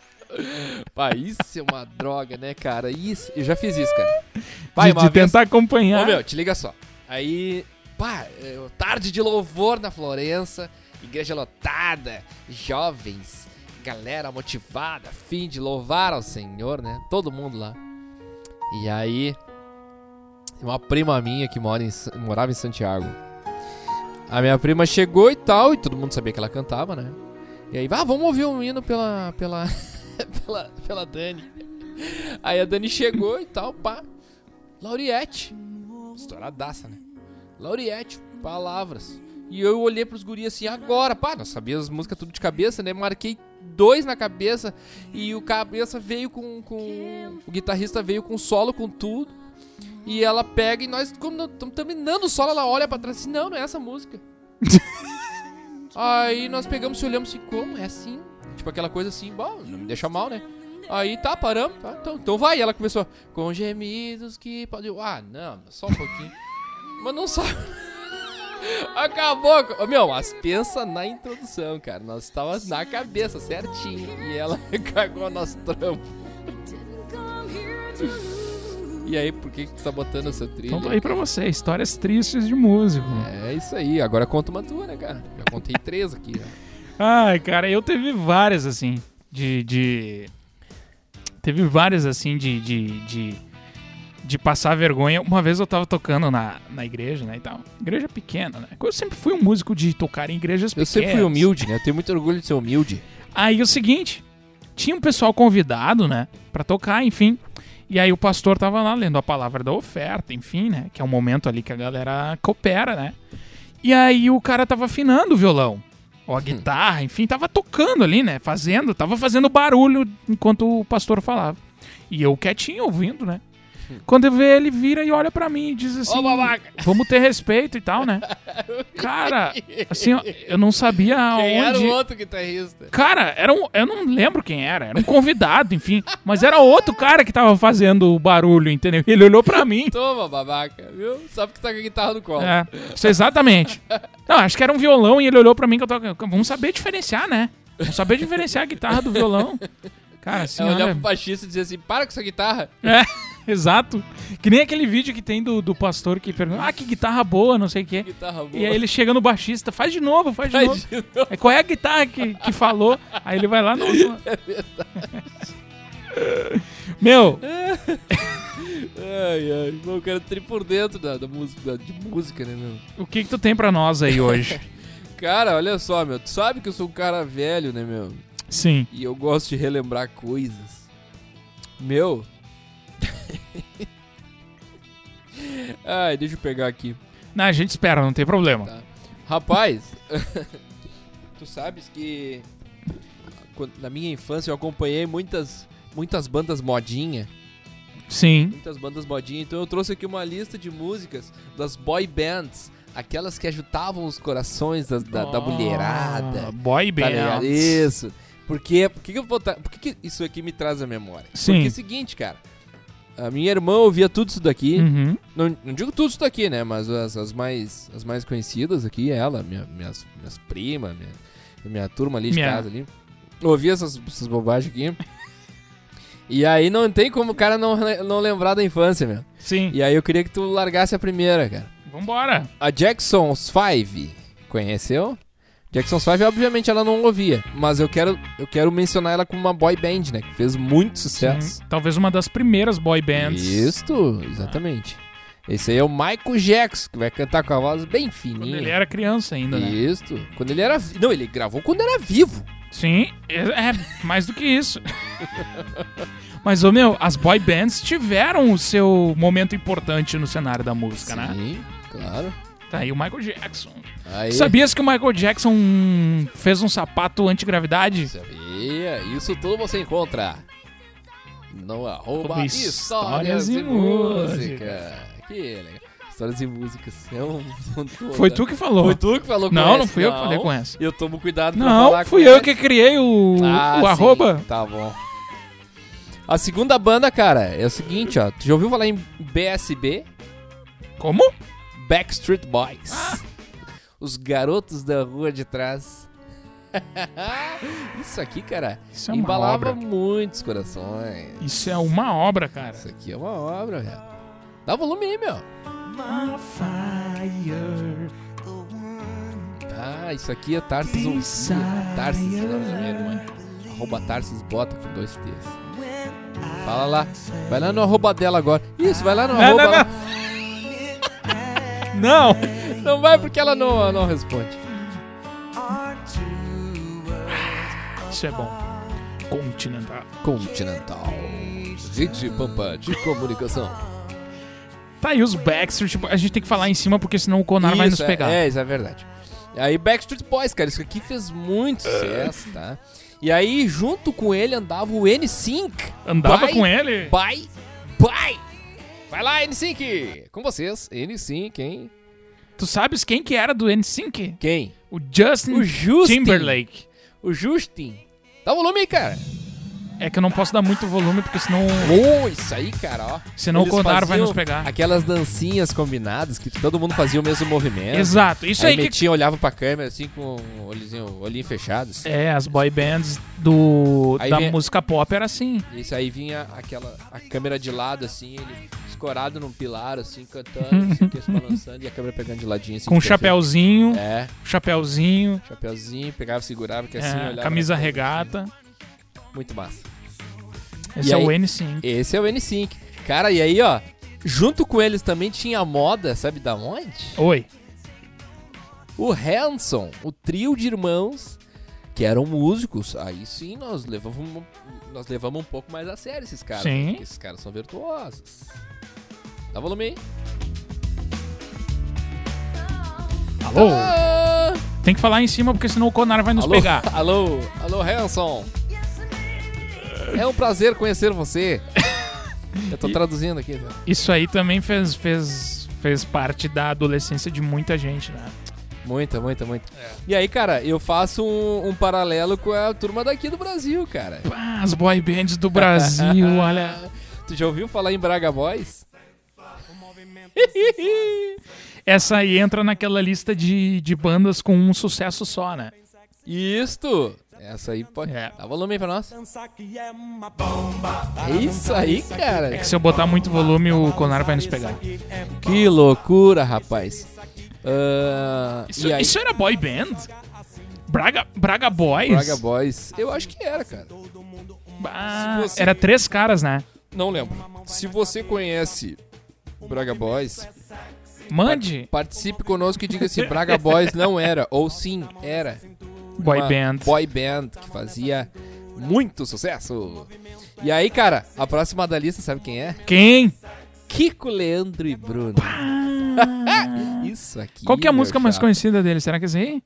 Pai, isso é uma droga, né, cara? Isso, eu já fiz isso, cara. Pai,
de
uma
de
vez-
tentar acompanhar.
Ô, meu, te liga só. Aí, pá, eu- tarde de louvor na Florença, igreja lotada, jovens, galera motivada, a fim de louvar ao Senhor, né? Todo mundo lá. E aí, uma prima minha que mora em Sa- morava em Santiago. A minha prima chegou e tal, e todo mundo sabia que ela cantava, né? E aí, ah, vamos ouvir um hino pela pela pela, pela Dani. Aí a Dani chegou e tal, pá. Lauriette. Estouradaça, né? Lauriette, palavras. E eu olhei pros guris assim, agora, pá, nós sabia as músicas tudo de cabeça, né? Marquei dois na cabeça e o cabeça veio com, com. O guitarrista veio com solo, com tudo. E ela pega e nós, como não estamos terminando o solo, ela olha pra trás assim, não, não é essa música. Aí nós pegamos e olhamos assim, como? É assim? Tipo aquela coisa assim, bom, não me deixa mal, né? Aí tá, paramos, tá, então, então vai. Ela começou com gemidos que. pode- Eu, Ah, não, só um pouquinho. Mas não só. Acabou. co- Meu, mas pensa na introdução, cara. Nós estávamos na cabeça, certinho. E ela cagou nosso trampo. E aí, por que, que tu tá botando essa trilha?
Então tô aí pra você. Histórias tristes de músico.
É isso aí. Agora conta uma tua, né, cara? Já contei três aqui. Já.
Ai, cara, eu teve várias, assim, de... de- Teve várias, assim, de, de, de, de passar vergonha. Uma vez eu tava tocando na, na igreja, né, e tal. Igreja pequena, né? Eu sempre fui um músico de tocar em igrejas
Eu
pequenas.
sempre fui humilde, né? Eu tenho muito orgulho de ser humilde.
Aí o seguinte, tinha um pessoal convidado, né, Pra tocar, enfim. E aí o pastor tava lá lendo a palavra da oferta, enfim, né, que é um momento ali que a galera coopera, né? E aí o cara tava afinando o violão, ou a
Hum.
guitarra, enfim, tava tocando ali, né, fazendo, tava fazendo barulho enquanto o pastor falava. E eu quietinho ouvindo, né?
Hum.
Quando eu vejo ele vira e olha pra mim e diz assim:
Ô, babaca!
"Vamos ter respeito e tal, né?" Cara, assim, ó, eu não sabia
Quem era
onde
o outro tá guitarrista?
Cara, era um, eu não lembro quem era, era um convidado, enfim. Mas era outro cara que tava fazendo o barulho, entendeu? Ele olhou pra mim.
Toma, babaca, viu? Só porque tá com a guitarra no colo.
É, isso é exatamente. Não, acho que era um violão e ele olhou pra mim que eu tava. Vamos saber diferenciar, né? Vamos saber diferenciar a guitarra do violão. Cara, assim,
É olhar
olha...
pro baixista e dizer assim, para com essa guitarra.
É, exato. Que nem aquele vídeo que tem do, do pastor que pergunta: Ah, que guitarra boa, não sei o quê.
Guitarra boa.
E aí ele chega no baixista, faz de novo, faz de
Ai,
novo.
de novo.
É, qual é a guitarra que, que falou? Aí ele vai lá no.
É
Meu,
Ai, ai. Bom, eu quero tri por dentro da, da música, da- de música, né, meu?
o que que tu tem pra nós aí hoje?
Cara, olha só, meu. Tu sabe que eu sou um cara velho, né, meu?
Sim.
E eu gosto de relembrar coisas. Meu. ai, deixa eu pegar aqui.
Não, a gente espera, não tem problema.
Tá. Rapaz, tu sabes que quando- na minha infância eu acompanhei muitas, muitas bandas modinha,
Sim.
muitas bandas modinha, então eu trouxe aqui uma lista de músicas das boy bands, aquelas que agitavam os corações das- da, da,
Ah,
mulherada.
Boy
Tá ligado?
band.
Isso. Porque, por que que eu vou tá- por que que isso aqui me traz a memória?
Sim.
Porque é o seguinte, cara, a minha irmã ouvia tudo isso daqui,
Uhum.
não, não digo tudo isso daqui, né? Mas as, as mais, as mais conhecidas aqui, ela, minha- minhas, minhas primas, minha, minha turma ali de
Minha-
casa ali. Eu Ouvi essas, essas bobagens aqui. E aí não tem como o cara não, não lembrar da infância, meu.
Sim.
E aí eu queria que tu largasse a primeira, cara.
Vambora.
A Jackson's Five, conheceu? Jackson's Five, obviamente, ela não ouvia, mas eu quero, eu quero mencionar ela como uma boy band, né? Que fez muito sucesso.
Sim. Talvez uma das primeiras boy bands.
Isso, exatamente. Esse aí é o Michael Jackson, que vai cantar com a voz bem
Quando
fininha.
ele era criança ainda, né?
Isso. Quando ele era. vi- Não, ele gravou quando era vivo.
Sim, é, é, mais do que isso. Mas, ô meu, as boy bands tiveram o seu momento importante no cenário da música, né?
Sim, claro.
Tá aí o Michael Jackson.
Aí.
Sabias que o Michael Jackson fez um sapato antigravidade?
Sabia? Isso tudo você encontra no arroba
Como Histórias
Histórias e
e
Música. Que legal. Histórias e Músicas. É um...
Foi tu que falou.
Foi tu que falou com
Não,
essa?
não fui eu que falei com essa.
Eu tomo cuidado pra
Não,
falar
fui
com
eu
essa.
que criei o,
Ah,
o
sim.
arroba.
Tá bom. A segunda banda, cara, é o seguinte, ó. Tu já ouviu falar em BSB?
Como?
Backstreet Boys.
Ah!
Os garotos da rua de trás. Isso aqui, cara,
Isso é uma
embalava
obra.
muitos corações.
Isso é uma obra, cara.
Isso aqui é uma obra, velho. Dá volume aí, meu. Ah, isso aqui é Tarsis Ouvia. Tarsis, é o nome da minha irmã. Arroba Tarsis Bota com dois T's. Fala lá. Vai lá no arroba dela agora. Isso, vai lá no
Não,
arroba.
não,
lá.
É, Não!
Não vai porque ela não, não responde.
Isso é bom. Continental.
Continental. Rede Pampa de comunicação.
Tá aí os Backstreet Boys. A gente tem que falar em cima porque senão o Conar vai nos
Isso, é-
pegar.
É, isso é verdade. Aí Backstreet Boys, cara, isso aqui fez muito sucesso, tá? E aí, junto com ele, andava o N-Sync.
Andava
Bye,
com ele?
Bye, bye! Vai lá, N-Sync! Com vocês, N-Sync, hein?
Tu sabes quem que era do NSYNC?
Quem?
O Justin,
O Justin.
Timberlake.
O Justin. Dá um volume aí, cara.
É que eu não posso dar muito volume porque senão...
Ô, isso aí, cara, ó.
Senão o
Eles
Conar vai
faziam
nos pegar.
Aquelas dancinhas combinadas que todo mundo fazia o mesmo movimento.
Exato. Isso aí,
aí
que...
metia, olhava pra câmera assim com o olhinho, o olhinho fechado. assim.
É, as boy bands do,
Aí
da
vem-
música pop era assim.
Isso aí vinha aquela a câmera de lado assim, ele escorado num pilar assim, cantando, assim, que se balançando e a câmera pegando de ladinho assim.
Com um
de perfil.
chapéuzinho,
É,
chapéuzinho,
chapéuzinho, pegava, segurava que
é,
assim, olhava.
camisa
na câmera,
regata.
assim. Muito massa.
Esse
E
é
aí-
o N5.
Esse é o N5. Cara, e aí, ó, junto com eles também tinha a moda, sabe da onde?
Oi.
O Hanson, o trio de irmãos que eram músicos. Aí sim, nós levamos, nós levamos um pouco mais a sério esses caras.
Sim.
Porque esses caras são virtuosos. Dá volume aí.
Alô?
Ah!
Tem que falar em cima porque senão o Conar vai nos
alô,
pegar.
alô, alô, Hanson. É um prazer conhecer você. Eu tô traduzindo aqui. tá?
Isso aí também fez, fez, fez parte da adolescência de muita gente, né?
Muita, muita, muita. E aí, cara, eu faço um, um paralelo com a turma daqui do Brasil, cara.
Pá, Ah, As boy bands do Brasil, olha.
Tu já ouviu falar em Braga Boys?
Essa aí entra naquela lista de, de bandas com um sucesso só, né?
Isto! Essa aí pode.
É.
Dá volume aí pra nós. É isso aí, cara.
É Se eu botar muito volume, o Conar vai nos pegar.
Que loucura, rapaz. Ah,
Isso,
e aí,
isso era boy band? Braga, Braga Boys?
Braga Boys. Eu acho que era, cara.
Ah,
Se você-
Era três caras, né?
Não lembro. Se você conhece Braga Boys,
Mande
participe conosco e diga se Braga Boys não era, ou sim, era.
boy
uma
band.
Boy band que fazia muito sucesso. E aí, cara, a próxima da lista, sabe quem é?
Quem?
Kiko, Leandro e Bruno. Isso aqui.
Qual que é a
meu
música mais
chapa.
conhecida deles? Será que é essa aí?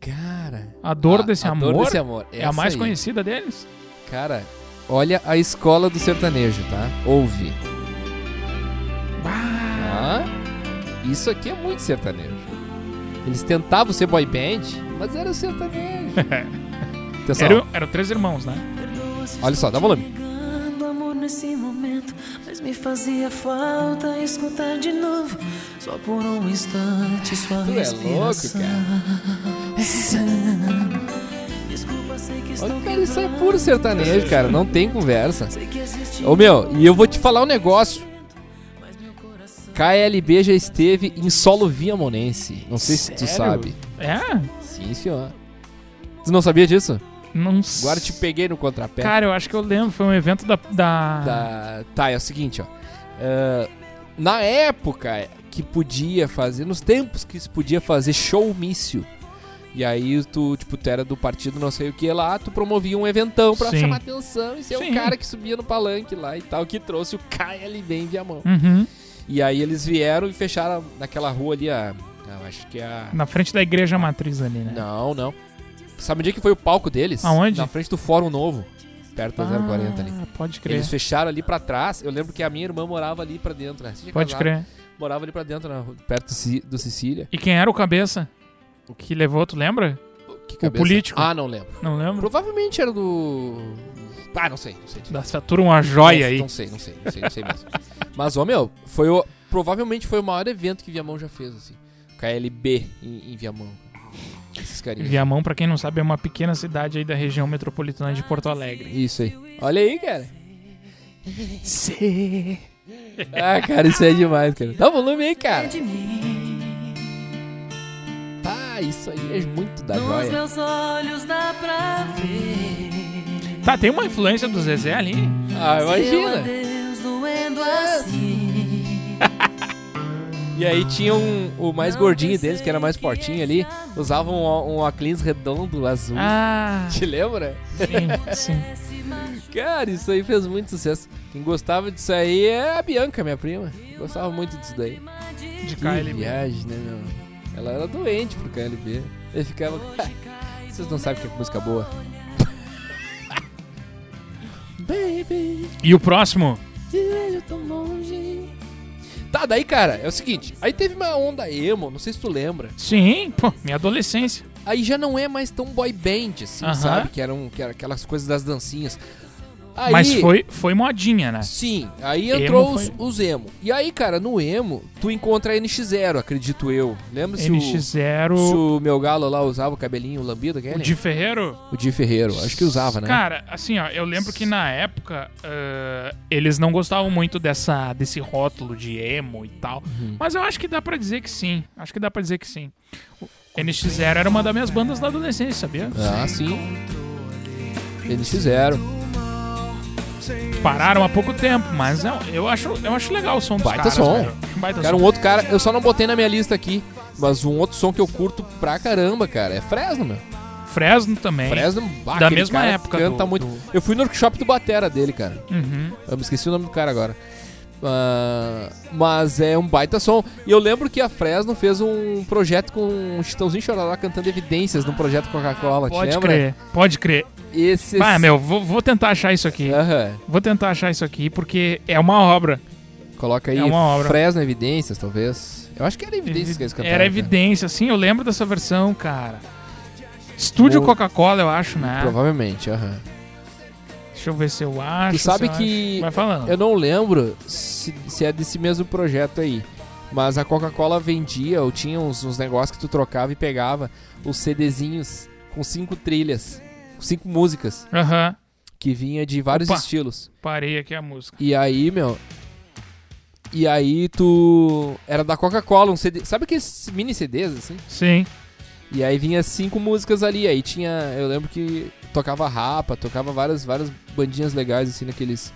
Cara.
A Dor Desse
a
Amor?
Dor desse amor.
É a mais
Essa aí.
conhecida deles?
Cara, olha a escola do sertanejo, tá? Ouve.
Bah,
Tá? Isso aqui é muito sertanejo. Eles tentavam ser boy band, mas era sertanejo. Atenção,
eram eram três irmãos, né?
olha só, dá volume.
Negando amor nesse momento, mas me fazia falta escutar de novo, só por um instante
é
sua
Tu é louco,
respiração.
cara.
Desculpa, sei que
Ô, Cara, isso é puro sertanejo, cara. Não tem conversa. Ô, meu, e eu vou te falar um negócio. KLB já esteve em solo viamonense. Não sei se tu
Sério?
sabe.
É?
Sim, senhor. Tu não sabia disso?
Não
Agora te peguei no contrapé.
Cara, eu acho que eu lembro. Foi um evento da. da...
Da- Tá, é o seguinte, ó. Ah, na época que podia fazer, nos tempos que se podia fazer showmício. E aí tu, tipo, tu era do partido não sei o que lá, tu promovia um eventão pra
Sim.
chamar atenção e ser
Sim.
o cara que subia no palanque lá e tal, que trouxe o KLB em Viamão.
Uhum.
E aí eles vieram e fecharam naquela rua ali, a. a- acho que é a.
Na frente da igreja matriz ali, né?
Não, não. Sabe onde é que foi o palco deles?
Aonde?
Na frente do Fórum Novo. Perto da 040 ali.
Ah, Pode crer.
né? Eles fecharam ali pra trás. Eu lembro que a minha irmã morava ali pra dentro, né? Você tinha
Pode
casado,
crer.
Morava ali pra dentro, na rua- perto do, Ci- do Sicília.
E quem era o cabeça?
O
Que levou, tu lembra?
que
político. Hum.
Ah, não lembro.
Não lembro.
Provavelmente era do. Ah, não sei, não sei.
Da Satura uma joia
não,
aí.
Não sei, não sei, não sei, não sei mesmo. Mas, ó, meu, foi o... provavelmente foi o maior evento que Viamão já fez, assim. KLB em, em Viamão. Esses carinhas.
Viamão, pra quem não sabe, é uma pequena cidade aí da região metropolitana de Porto Alegre.
Isso aí. Olha aí, cara. Ah, cara, isso é demais, cara. Dá volume aí, cara.
é de mim.
Tá, isso aí é muito da
Nos
joia.
meus olhos dá pra ver.
Tá, tem uma influência do Zezé ali?
Ah,
Seu
imagina. É.
adeus doendo assim.
E aí tinha um, o mais
Não
gordinho
pensei
deles, que era mais
que é
fortinho
esse
ali,
amor-
usava um, um óculos redondo azul.
Ah,
Te lembra?
sim, sim.
Cara, isso aí fez muito sucesso. Quem gostava disso aí é a Bianca, minha prima. Gostava muito disso daí.
De
Que
KLB.
viagem, né, meu? Ela era doente pro KLB. Ele ficava... Vocês não sabem o que é música boa. Baby...
E o próximo?
De olho tão longe. Tá, daí, cara, é o seguinte. Aí teve uma onda emo, não sei se tu lembra.
Sim, pô, minha adolescência.
Aí já não é mais tão boy band, assim,
Aham.
sabe? Que eram que era aquelas coisas das dancinhas. Aí,
Mas foi, foi modinha, né?
Sim, aí
Emo
entrou
foi-
os, os emo. E aí, cara, no emo, tu encontra a NX0, acredito eu. Lembra se, o, se
NX0.
o meu galo lá usava o cabelinho lambido? Aquele?
O de Ferreiro?
O Di Ferreiro, acho que usava, né?
Cara, assim, ó, eu lembro que na época ah, eles não gostavam muito dessa, desse rótulo de emo e tal.
Uhum.
Mas eu acho que dá pra dizer que sim. Acho que dá pra dizer que sim. O NX0 era uma das minhas bandas da adolescência, sabia?
Ah, sim. NX0.
Pararam há pouco tempo, mas não, eu acho, eu acho legal o som dos
Baita
caras,
som.
velho. Acho um Baita
Cara,
som.
um outro cara, eu só não botei na minha lista aqui, mas um outro som que eu curto pra caramba, cara, é Fresno, meu.
Fresno também.
Fresno, bah,
Da
aquele
mesma
cara
época
Canta
do-
muito.
do-
Eu fui no workshop do Batera dele, cara.
Uhum.
Eu me esqueci o nome do cara agora. Ah, mas é um baita som. E eu lembro que a Fresno fez um projeto com o Chitãozinho Chororó cantando evidências num projeto Coca-Cola, te
Pode
lembra?
crer, pode crer.
Esse.
Ah, meu, vou, vou tentar achar isso aqui.
Aham.
Vou tentar achar isso aqui, porque é uma obra.
Coloca aí
É uma obra.
Fresno Evidências, talvez. Eu acho que era Evidências que eles cantaram. né?
Era
cara.
evidência, sim, eu lembro dessa versão, cara. Estúdio
Boa.
Coca-Cola, eu acho, né?
Provavelmente, aham.
Deixa eu ver se eu acho.
Tu sabe
se eu
que
acho. Vai falando.
Eu não lembro se, se é desse mesmo projeto aí. Mas a Coca-Cola vendia, ou tinha uns, uns negócios que tu trocava e pegava os CDzinhos com cinco trilhas, com cinco músicas,
Aham.
que vinha de vários
Opa.
estilos.
Parei aqui a música.
E aí, meu. E aí tu. Era da Coca-Cola, um CD. Sabe aqueles mini CDs assim?
Sim.
E aí vinha cinco músicas ali. Aí tinha. Eu lembro que tocava rapa, tocava várias, várias bandinhas legais, assim, naqueles.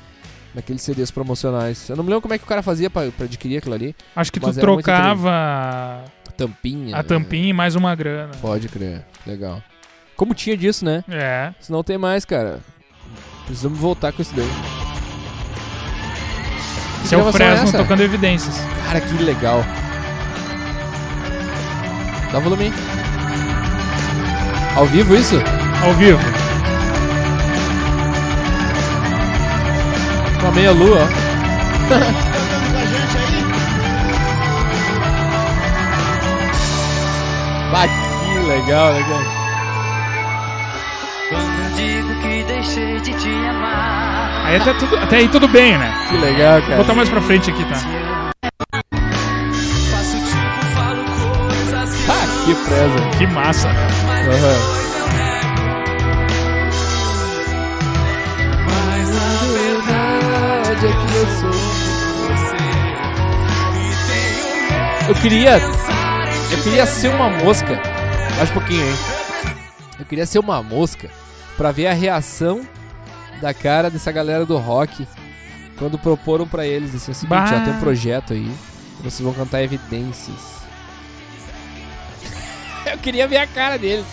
Naqueles CDs promocionais. Eu não me lembro como é que o cara fazia pra, pra adquirir aquilo ali.
Acho que
Mas
tu
era muito
trocava
Tampinha.
a
né?
tampinha e mais uma grana.
Pode crer. Legal. Como tinha disso, né?
É.
Se não tem mais, cara. Precisamos voltar com isso daí. Que
Seu
gravação é
Fresno
essa?
tocando evidências.
Cara, que legal. Dá volume aí. Ao vivo isso?
Ao vivo.
Uma meia lua, ó. Bah, que legal, né, legal.
Quando digo que deixei de te amar,
Aí até, tudo, até aí tudo bem, né?
Que legal, cara.
Vou botar mais pra frente aqui, tá?
faço tipo, falo
um
coisas que
Ah, que presa.
Que massa.
Aham.
eu não nego.
eu sou você. Eu queria. Eu queria ser uma mosca. Mais um pouquinho, hein? Eu queria ser uma mosca pra ver a reação da cara dessa galera do rock quando proporam pra eles assim, o seguinte,
Bah.
ó, tem um projeto aí, vocês vão cantar evidências. eu queria ver a cara deles.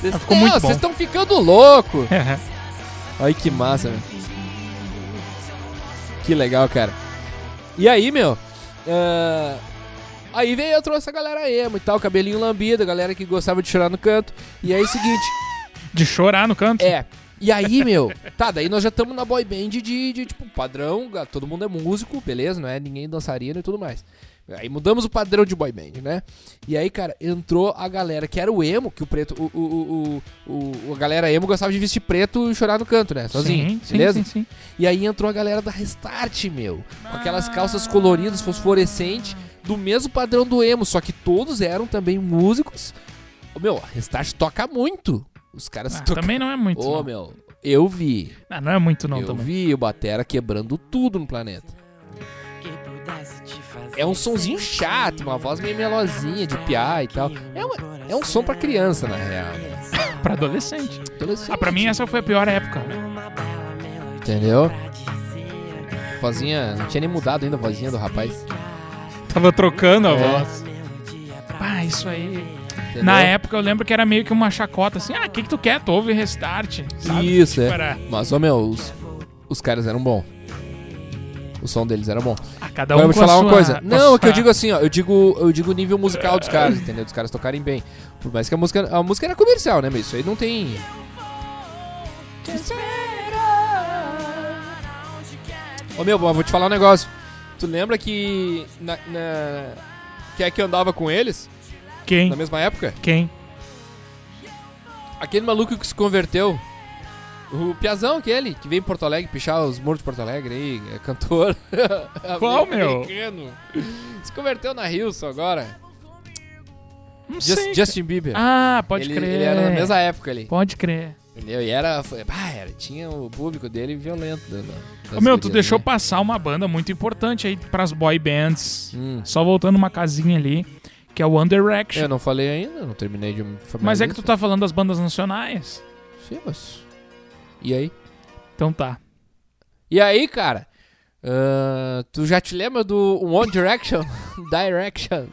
Vocês
Ah, Ficou muito
Não,
bom.
vocês estão ficando louco. Olha que massa, meu. Que legal, cara. E aí, meu? ah, Aí veio, eu trouxe a galera emo e tal, cabelinho lambido, a galera que gostava de chorar no canto. E aí, seguinte,
De chorar no canto?
é. E aí, meu, tá, daí nós já estamos na boy band de, de, tipo, padrão, ga- todo mundo é músico, beleza, não é ninguém dançarino e tudo mais. Aí mudamos o padrão de boy band, né? E aí, cara, entrou a galera que era o emo, que o preto, o, o, o, o- o- a galera emo gostava de vestir preto e chorar no canto, né? Sozinho,
Sim, sim,
beleza?
sim, sim.
E aí entrou a galera da Restart, meu. Com aquelas calças coloridas, fosforescentes, do mesmo padrão do emo, só que todos eram também músicos. Meu, a Restart toca muito. Os caras
Ah,
tocam.
também não é muito.
Ô,
não.
meu, eu vi.
Ah, não é muito, não,
eu
também.
vi o Batera quebrando tudo no planeta. É um sonzinho chato, uma voz meio melosinha de piar e tal. É, uma- é um som pra criança, na real. né?
Pra adolescente.
Adolescente,
Ah, pra mim essa foi a pior época. né?
Entendeu? Vozinha, não tinha nem mudado ainda a vozinha do rapaz.
Tava trocando a
É.
voz. Pá, isso aí.
entendeu?
Na época eu lembro que era meio que uma chacota assim. Ah, o que, que tu quer? Tu ouve restart. Sabe?
Isso,
Tipo,
é.
era-
Mas, ô meu, os, os caras eram bons. O som deles era bom.
Ah, cada um
Agora eu vou te
com a sua...
falar
Ah,
uma coisa.
com a
Não, o que eu
sua-
digo assim, ó, eu digo, eu digo o nível musical dos caras, entendeu? Dos caras tocarem bem. Por mais que a música, a música era comercial, né, meu? Isso aí não tem. Ô meu, vou te falar um negócio. Tu lembra que na, na- que é que eu andava com eles na
Quem?
mesma época?
Quem?
Aquele maluco que se converteu. O Piazão, aquele, que veio em Porto Alegre, pichar os muros de Porto Alegre aí, é cantor.
Qual, meu?
Americano. Se converteu na Hilson agora.
Não
Just-
sei.
Justin Bieber.
Ah, pode
ele,
crer.
Ele era na mesma época ali.
Pode crer.
Entendeu? E era, foi, bah, era- Tinha o público dele violento. Da, da-
Ô, meu,
das gurias,
tu
né?
deixou passar uma banda muito importante aí pras boy bands.
Hum.
Só voltando uma casinha ali, que é o Under Action.
Eu não falei ainda, não terminei de me
Mas é que tu
familiarizar.
tá falando das bandas nacionais.
Sim, mas. E aí?
Então tá.
E aí, cara? Ah, tu já te lembra do One Direction? Direction.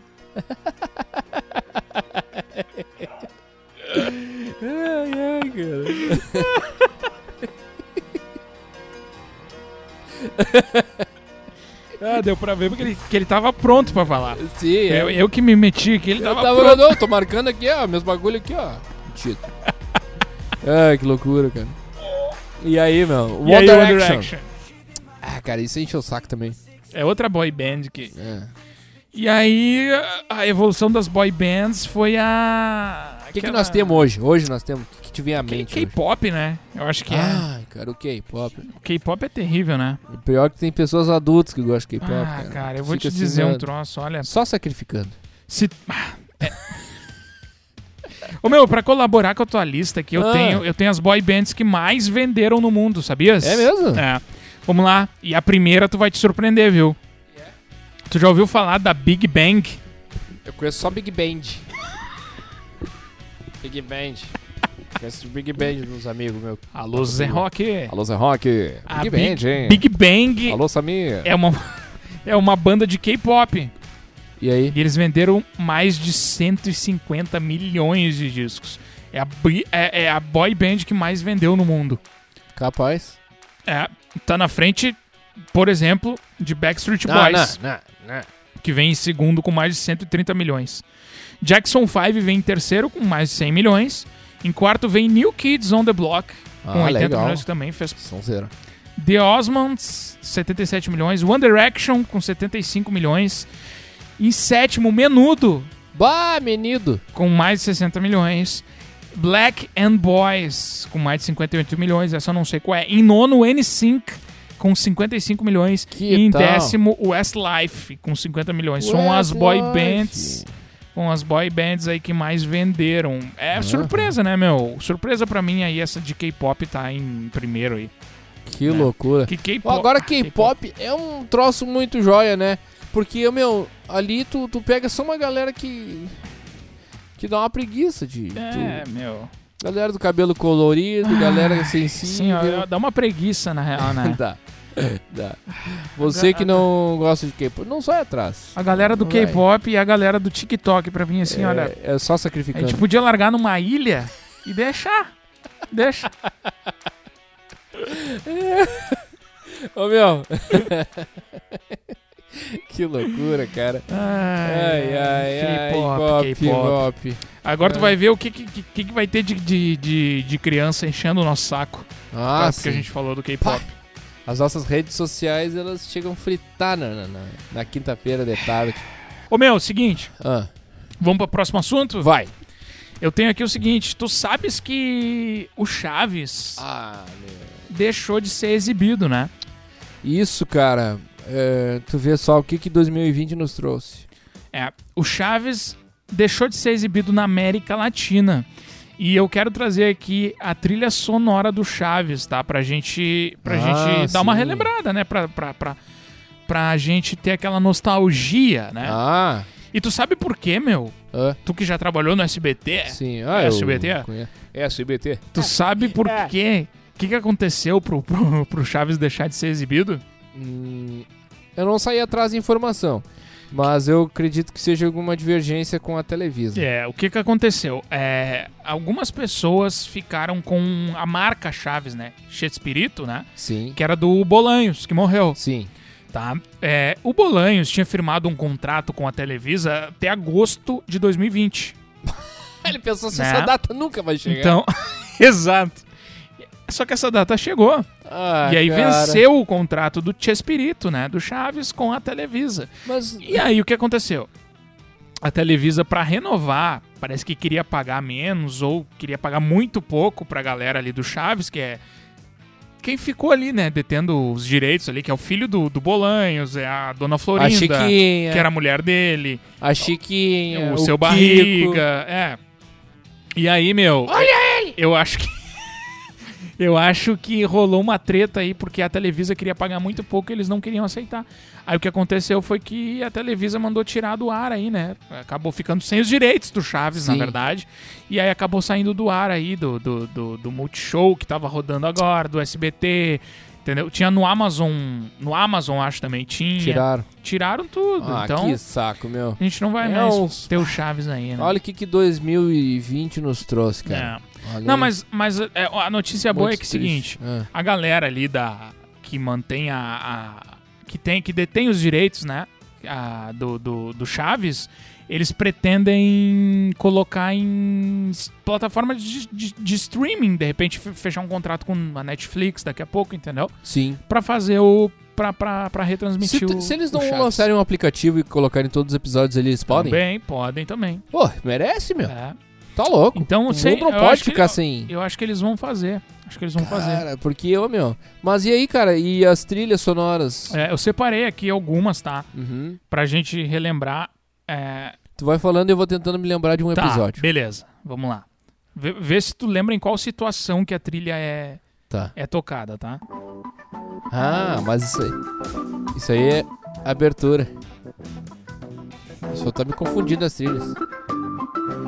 ai, ai, cara.
Ah, deu pra ver porque ele, que ele tava pronto pra falar.
Sim, é.
Eu, eu que me meti aqui, ele
Eu
tava,
tava,
pronto.
não, tô marcando aqui, ó, meus bagulho aqui, ó. Tito. Ai, que loucura, cara. E aí, meu? One,
E aí,
Direction.
One Direction.
Ah, cara, isso encheu o saco também.
É outra boy band que...
É.
E aí, a evolução das boy bands foi a...
O que, que nós temos hoje? Hoje nós temos. O que, que te vem à
Aquele
mente? hoje? Ah.
K-pop, né? Eu acho que
Ai, cara, o K-pop.
é. O K-pop é terrível, né?
O pior é que tem pessoas adultas que gostam de K-pop.
ah, cara, eu vou
Fica
te
assim,
dizer
né,
um troço, olha.
Só sacrificando.
Se... Ah, é. Ô meu, pra colaborar com a tua lista aqui, eu,
Ah.
tenho, eu tenho as boy bands que mais venderam no mundo, sabias?
É mesmo?
É. Vamos lá. E a primeira tu vai te surpreender, viu? Tu já ouviu falar da Big Bang?
Eu conheço só Big Band. Big Band. Conheço Big Band dos amigos meus.
Alô, Zé Rock.
Alô, Zé Rock.
A
Big
Big-
Band, hein?
Big Bang
Alô, Samir.
é uma, é uma banda de K-pop.
E aí?
E eles venderam mais de 150 milhões de discos. É a, bi- é, é a boy band que mais vendeu no mundo.
Capaz.
É, tá na frente, por exemplo, de Backstreet
Ah,
Boys,
né?
que vem em segundo com mais de 130 milhões. Jackson 5 vem em terceiro com mais de 100 milhões. Em quarto vem New Kids on the Block, com
Ah,
80
legal.
milhões que também fez.
São zero.
The Osmonds, 77 milhões. One Direction, com 75 milhões. Em sétimo, Menudo,
Bah, menino.
com mais de 60 milhões. Black and Boys, com mais de 58 milhões, essa eu não sei qual é. Em nono, N-Sync, com 55 milhões.
Que
e em
tal?
décimo, Westlife, com 50 milhões. São as boy
Westlife.
bands. Com as boy bands aí que mais venderam. É surpresa, né, meu? Surpresa pra mim aí, essa de K-pop tá em primeiro aí.
Que loucura.
Que
Bom,
K-pop.
agora K-pop é um troço muito joia, né? Porque, meu, ali tu, tu pega só uma galera que. que dá uma preguiça de.
É, meu.
tu- galera do cabelo colorido, galera
Sim, ó,
sensível.
dá uma preguiça, na real, né?
dá. dá. Você que não gosta de K-pop, não sai atrás.
A galera do
Vai.
K-pop e a galera do TikTok, pra mim, assim,
é,
olha.
é só
A
sacrificando.
gente podia largar numa ilha e deixar. Deixa.
Ô, meu. que loucura, cara. Ai, ai, ai.
K-pop, K-pop.
K-pop.
Agora tu
É.
vai ver o que, que, que- que vai ter de, de, de, de criança enchendo o nosso saco.
Ah,
tá? porque a
sim.
gente falou do K-pop.
As nossas redes sociais, elas chegam a fritar na, na, na- na quinta-feira de tarde.
Ô meu, seguinte,
Ah,
vamos pro próximo assunto?
vai.
Eu tenho aqui o seguinte: tu sabes que o Chaves
Ah, meu.
deixou de ser exibido, né?
Isso, cara. é, tu vê só o que que 2020 nos trouxe.
É, o Chaves deixou de ser exibido na América Latina. E eu quero trazer aqui a trilha sonora do Chaves, tá? Pra gente, pra
Ah,
gente dar uma
sim.
relembrada, né? Pra, pra, pra, pra gente ter aquela nostalgia, né?
Ah,
E tu sabe por quê, meu?
ah,
Tu que já trabalhou no SBT,
sim. Ah, eu é
SBT?
conheço. SBT.
tu sabe por quê? O que, que aconteceu pro, pro, pro Chaves deixar de ser exibido?
Hum, eu não saí atrás de informação. Mas eu acredito que seja alguma divergência com a Televisa.
É, o que que aconteceu? É, algumas pessoas ficaram com a marca Chaves, né? Chespirito, né?
Sim.
Que era do Bolanhos, que morreu,
Sim.
tá? É, o Bolanhos tinha firmado um contrato com a Televisa até agosto de 2020.
Ele pensou assim,
Né?
essa data nunca vai chegar.
Então, exato. Só que essa data chegou.
Ah,
e aí
cara.
venceu o contrato do Chespirito, né? Do Chaves com a Televisa.
Mas...
E aí o que aconteceu? A Televisa, pra renovar, parece que queria pagar menos ou queria pagar muito pouco pra galera ali do Chaves, que é quem ficou ali, né, detendo os direitos ali, que é o filho do, do Bolanhos, é a dona
A
Florinda, que
Chiquinha.
era a mulher dele,
A Chiquinha.
o, seu
É, Kiko.
barriga, é. E aí, meu? Olha ele! Eu acho que Eu acho que rolou uma treta aí porque a Televisa queria pagar muito pouco e eles não queriam aceitar. Aí o que aconteceu foi que a Televisa mandou tirar do ar aí, né? Acabou ficando sem os direitos do Chaves, na
Sim.
verdade. E aí acabou saindo do ar aí do, do, do, do Multishow que tava rodando agora, do SBT, entendeu? Tinha no Amazon, no Amazon acho também tinha.
Tiraram.
Tiraram tudo.
Ah,
então
que saco, meu.
a gente não vai
É
mais
uns-
ter o Chaves aí, né?
Olha o que, que 2020 nos trouxe, cara.
É.
Olha
Não,
aí.
mas, mas é, a notícia boa
Muito
é que é o
triste.
seguinte:
Ah,
a galera ali da. que mantém a. a- que, tem, que detém os direitos, né? a- do, do, do Chaves, eles pretendem colocar em s- plataforma de, de- de streaming, de repente fe- fechar um contrato com a Netflix daqui a pouco, entendeu?
sim.
Pra fazer o. pra, pra, pra retransmitir
Se,
o.
tu- se eles
o
não
Chaves.
lançarem um aplicativo e colocarem todos os episódios ali, eles podem?
Também, podem também.
Pô, merece, meu.
É.
Tá louco.
Então,
o
sei-
mundo não
eu
pode
acho que
ficar
ele-
sem...
Eu acho que eles vão fazer. Acho que eles vão fazer.
Cara, porque eu, meu... Mas e aí, cara? E as trilhas sonoras?
É, eu separei aqui algumas, tá?
Uhum.
Pra gente relembrar. É...
Tu vai falando e eu vou tentando me lembrar de um
tá,
episódio.
beleza. Vamos lá. Vê, vê se tu lembra em qual situação que a trilha é,
Tá.
é tocada, tá?
Ah, mas isso aí... Isso aí é abertura. Só tá me confundindo as trilhas.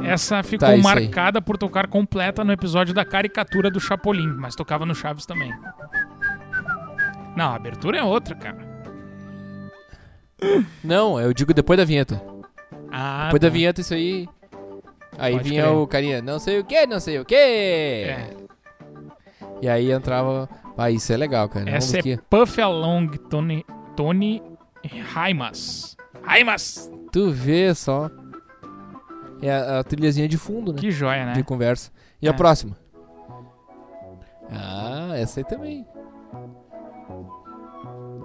Essa ficou
Tá, isso aí.
marcada por tocar completa no episódio da caricatura do Chapolin, mas tocava no Chaves também. Não, a abertura é outra, cara.
Não, eu digo depois da vinheta.
Ah,
Depois da
tá.
vinheta, isso aí. Aí
Pode
vinha
crer.
o carinha, não sei o que, não sei o que.
É.
E aí entrava. Ah, isso é legal, cara. Vamos
Essa é
aqui.
Puff Along Tony, Tony Raimas. Raimas!
Tu vê só. É a, a trilhazinha de fundo, né?
Que joia, né?
De conversa. E
É.
a próxima? Ah, essa aí também.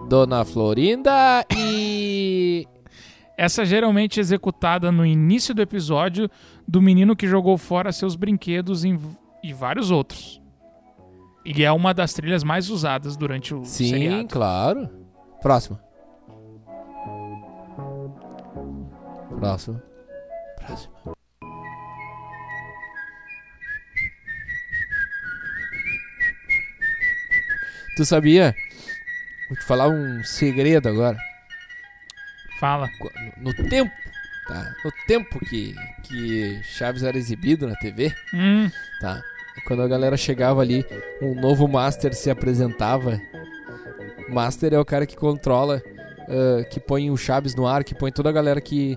Dona Florinda e.
Essa geralmente é executada no início do episódio do menino que jogou fora seus brinquedos em- e vários outros. E é uma das trilhas mais usadas durante o
Sim,
seriado.
claro. Próxima. Próxima. Próxima. Tu sabia? Vou te falar um segredo agora.
Fala.
Qu- No no tempo, tá? No tempo que, que Chaves era exibido na TV,
Hum,
tá? Quando a galera chegava ali, um novo Master se apresentava. Master é o cara que controla, ah, que põe o Chaves no ar, que põe toda a galera que.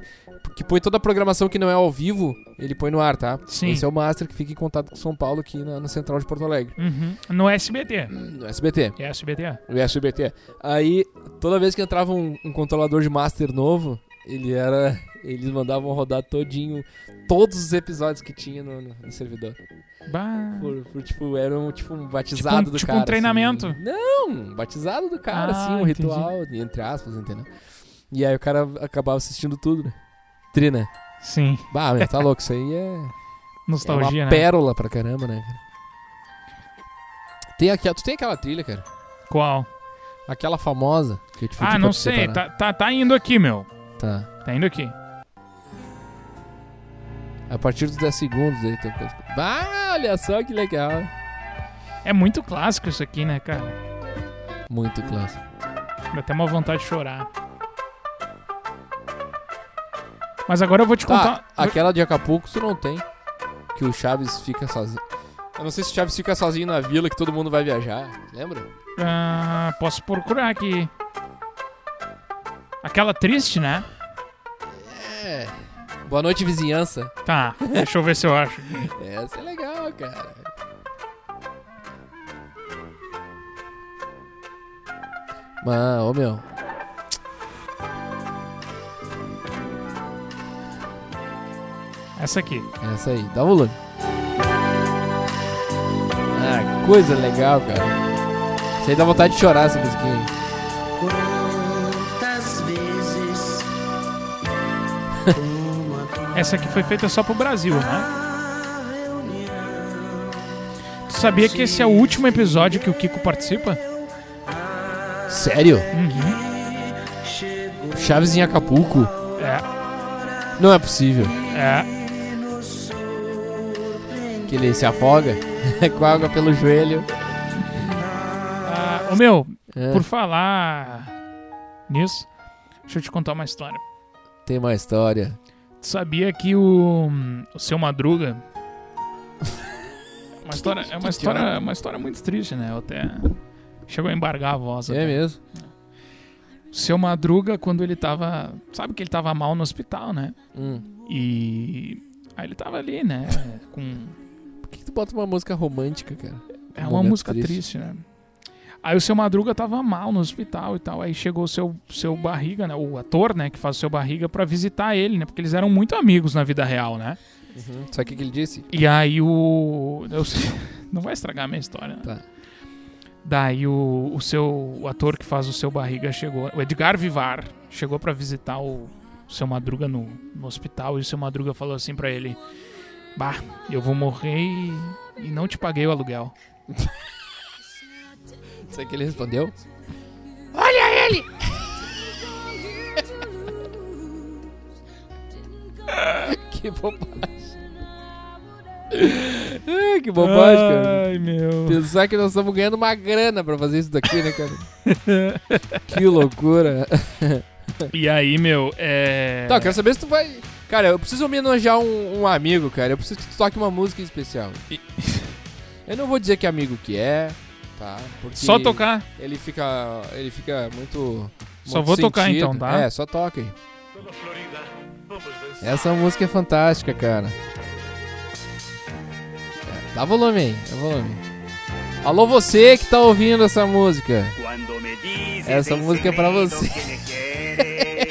Que põe toda a programação que não é ao vivo, ele põe no ar, tá?
Sim.
Esse é o Master que fica em contato com São Paulo aqui na, na central de Porto Alegre.
uhum. No SBT.
No SBT.
É SBT?
O SBT. Aí, toda vez que entrava um, um controlador de Master novo, ele era. Eles mandavam rodar todinho todos os episódios que tinha no, no- no servidor.
Bah.
Por, por, tipo, era um, tipo, um batizado
Tipo um-
do
tipo um
cara.
treinamento.
Assim. Não, um batizado do cara,
Ah,
assim, um
entendi.
ritual, entre aspas, entendeu? E aí o cara acabava assistindo tudo, né? Trina.
Sim.
Bah, meu, tá louco, isso aí é. É uma
Nostalgia, né?
pérola pra caramba, né, cara? Tem aqui, tu tem aquela trilha, cara?
Qual?
Aquela famosa que é eu te pedi
Ah,
pra
não
tu
sei.
separar.
Tá, tá, tá indo aqui, meu.
Tá.
Tá indo aqui.
A partir dos 10 segundos aí tem coisa. Ah, olha só que legal.
É muito clássico isso aqui, né, cara?
Muito clássico.
Dá até uma vontade de chorar. Mas agora eu vou te
Tá,
contar.
aquela de Acapulco tu não tem. Que o Chaves fica sozinho. Eu não sei se o Chaves fica sozinho na vila que todo mundo vai viajar. Lembra?
Ah, posso procurar aqui. Aquela triste, né?
É. Boa noite, vizinhança.
Tá, deixa eu ver se eu acho.
Essa é legal, cara. Mas, ô meu.
Essa aqui.
é Essa aí, dá volume. Ah, coisa legal, cara. Isso aí dá vontade de chorar essa musiquinha.
Quantas vezes
Essa aqui foi feita só pro Brasil, né?
a reunião
Tu sabia que esse é o último episódio que o Kiko participa?
Sério?
Uhum.
chegou
Chaves em Acapulco?
É,
Não é possível.
é.
Que ele se afoga com água pelo joelho.
Ah, ô meu,
É,
por falar nisso, deixa eu te contar uma história.
Tem uma história.
Tu sabia que o, o seu Madruga. Uma história, é uma história, uma história muito triste, né? Eu até. Chegou a embargar a voz. até.
É mesmo?
O seu Madruga, quando ele tava. Sabe que ele tava mal no hospital, né?
Hum.
E. Aí ele tava ali, né? Com.
Por que, que tu bota uma música romântica, cara?
É uma
Um momento
música triste. né? Aí o seu Madruga tava mal no hospital e tal. Aí chegou o seu, seu Barriga, né? O ator, né? Que faz o seu Barriga pra visitar ele, né? Porque eles eram muito amigos na vida real, né?
Uhum. Sabe o que, que ele disse?
E aí o. eu sei- Não vai estragar a minha história, né?
Tá.
Daí o, o seu. O ator que faz o seu barriga chegou. O Edgar Vivar chegou pra visitar o, o seu Madruga no, no hospital. E o seu Madruga falou assim pra ele: Bah, eu vou morrer e, e não te paguei o aluguel.
Sabe o que ele respondeu? Que bobagem. Ah, que bobagem, cara.
Ai, meu.
Pensar que nós estamos ganhando uma grana pra fazer isso daqui, né, cara? que loucura.
E aí, meu, é.
Tá, eu quero saber se tu vai. Cara, eu preciso homenagear um, um amigo, cara. Eu preciso que tu toque uma música em especial. eu não vou dizer que amigo que é, tá? Porque
Só tocar.
Ele fica. Ele fica muito.
Só
muito
vou tocar
sentido.
então, tá?
É, só toca aí. Essa música é fantástica, cara. É, Dá volume aí, dá volume. Alô, você que tá ouvindo essa música.
Cuando me dices
Essa
en
música é pra
segredo
você.
que me quieres,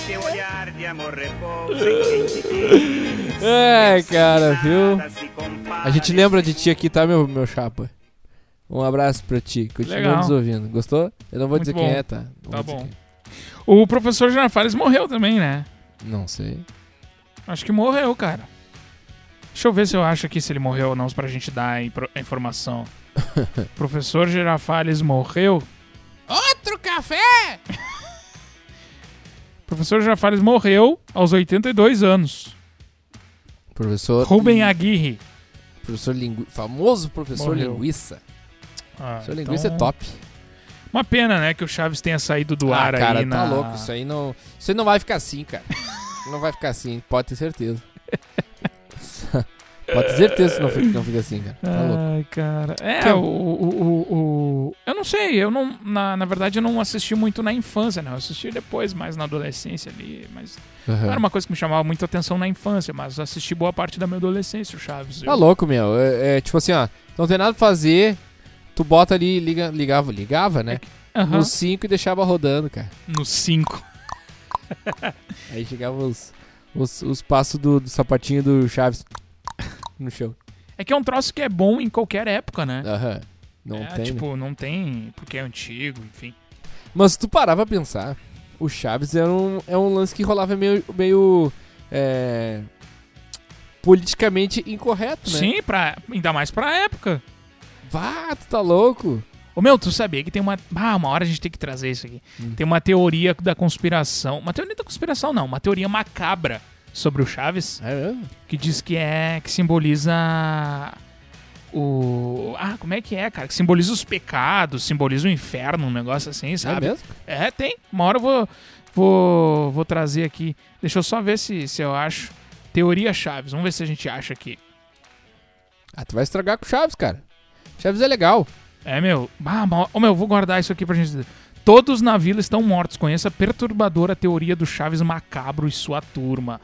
e teu olhar de amor repousa em quem te quis.
É, cara, viu?
Nada se compara
A gente lembra de ti aqui, tá, meu, meu chapa? Um abraço pra ti. Continua
Legal.
nos ouvindo. Gostou? Eu não vou
Muito
dizer
bom.
quem é, tá? Não
Tá
vou dizer
bom.
quem
O professor Girafales morreu também, né?
é. Não sei.
Acho que morreu, cara. Deixa eu ver se eu acho aqui se ele morreu ou não, pra gente dar a impro- a informação. Professor Girafales morreu?
Outro café!
Professor Girafales morreu aos 82 anos.
Professor.
Rubem Aguirre.
Professor lingu... Famoso professor
Morreu.
linguiça.
Ah,
Seu
então,
linguiça é top.
Uma pena, né, que o Chaves tenha saído do
ah,
ar
cara,
aí
tá
na...
louco. Isso aí não. Isso aí não vai ficar assim, cara. não vai ficar assim, pode ter certeza. pode ter certeza que não fica, não fica assim, cara. Tá louco. Então-
Ai, cara. É,
Quem?
o, o, o, o- Eu não sei, eu não. Na, na verdade, eu não assisti muito na infância, né? Eu assisti depois, mais na adolescência ali. Mas
É.
não era uma coisa que me chamava muito atenção na infância, mas assisti boa parte da minha adolescência, o Chaves.
Tá
Eu-
louco, meu. É, é tipo assim, ó. Não tem nada pra fazer. Tu bota ali, liga, ligava, ligava, né?
Aham,
No 5 e deixava rodando, cara.
No 5.
Aí chegava os, os, os passos do, do sapatinho do Chaves no chão.
É que é um troço que é bom em qualquer época, né?
Aham. Não
É,
tem. né?
Tipo, não tem. Porque é antigo, enfim.
Mas se tu parar pra pensar, o Chaves era um, é um lance que rolava meio. meio é, politicamente incorreto, né?
Sim, pra, ainda mais pra época.
Vá, tu tá louco?
Ô meu, tu sabia que tem uma. Ah, uma hora a gente tem que trazer isso aqui.
Hum.
Tem uma teoria da conspiração. Uma teoria da conspiração, não. Uma teoria macabra sobre o Chaves.
É mesmo?
Que diz que é. Que simboliza. O. Ah, como é que é, cara? Que simboliza os pecados, simboliza o inferno, um negócio assim, sabe?
É mesmo?
É, tem. Uma hora eu vou, vou, vou trazer aqui. Deixa eu só ver se, se eu acho. Teoria Chaves. Vamos ver se a gente acha aqui.
Ah, tu vai estragar com o Chaves, cara. Chaves é legal.
É, meu. Ah, ma- ô, meu, vou guardar isso aqui pra gente. Todos na vila estão mortos. Conheça a perturbadora teoria do Chaves Macabro e sua turma.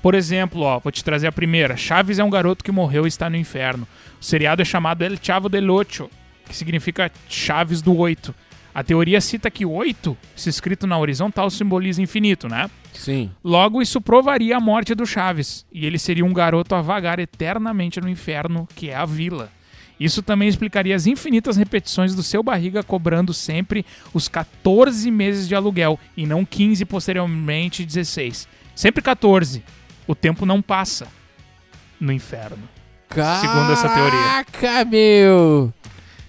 Por exemplo, ó, vou te trazer a primeira. Chaves é um garoto que morreu e está no inferno. O seriado é chamado El Chavo del Ocho, que significa Chaves do Oito. A teoria cita que oito, se escrito na horizontal, simboliza infinito, né?
Sim.
Logo, isso provaria a morte do Chaves, e ele seria um garoto a vagar eternamente no inferno, que é a vila. Isso também explicaria as infinitas repetições do seu barriga cobrando sempre os 14 meses de aluguel, e não 15, posteriormente 16. Sempre 14. O tempo não passa no inferno. Segundo essa teoria.
Caraca, meu!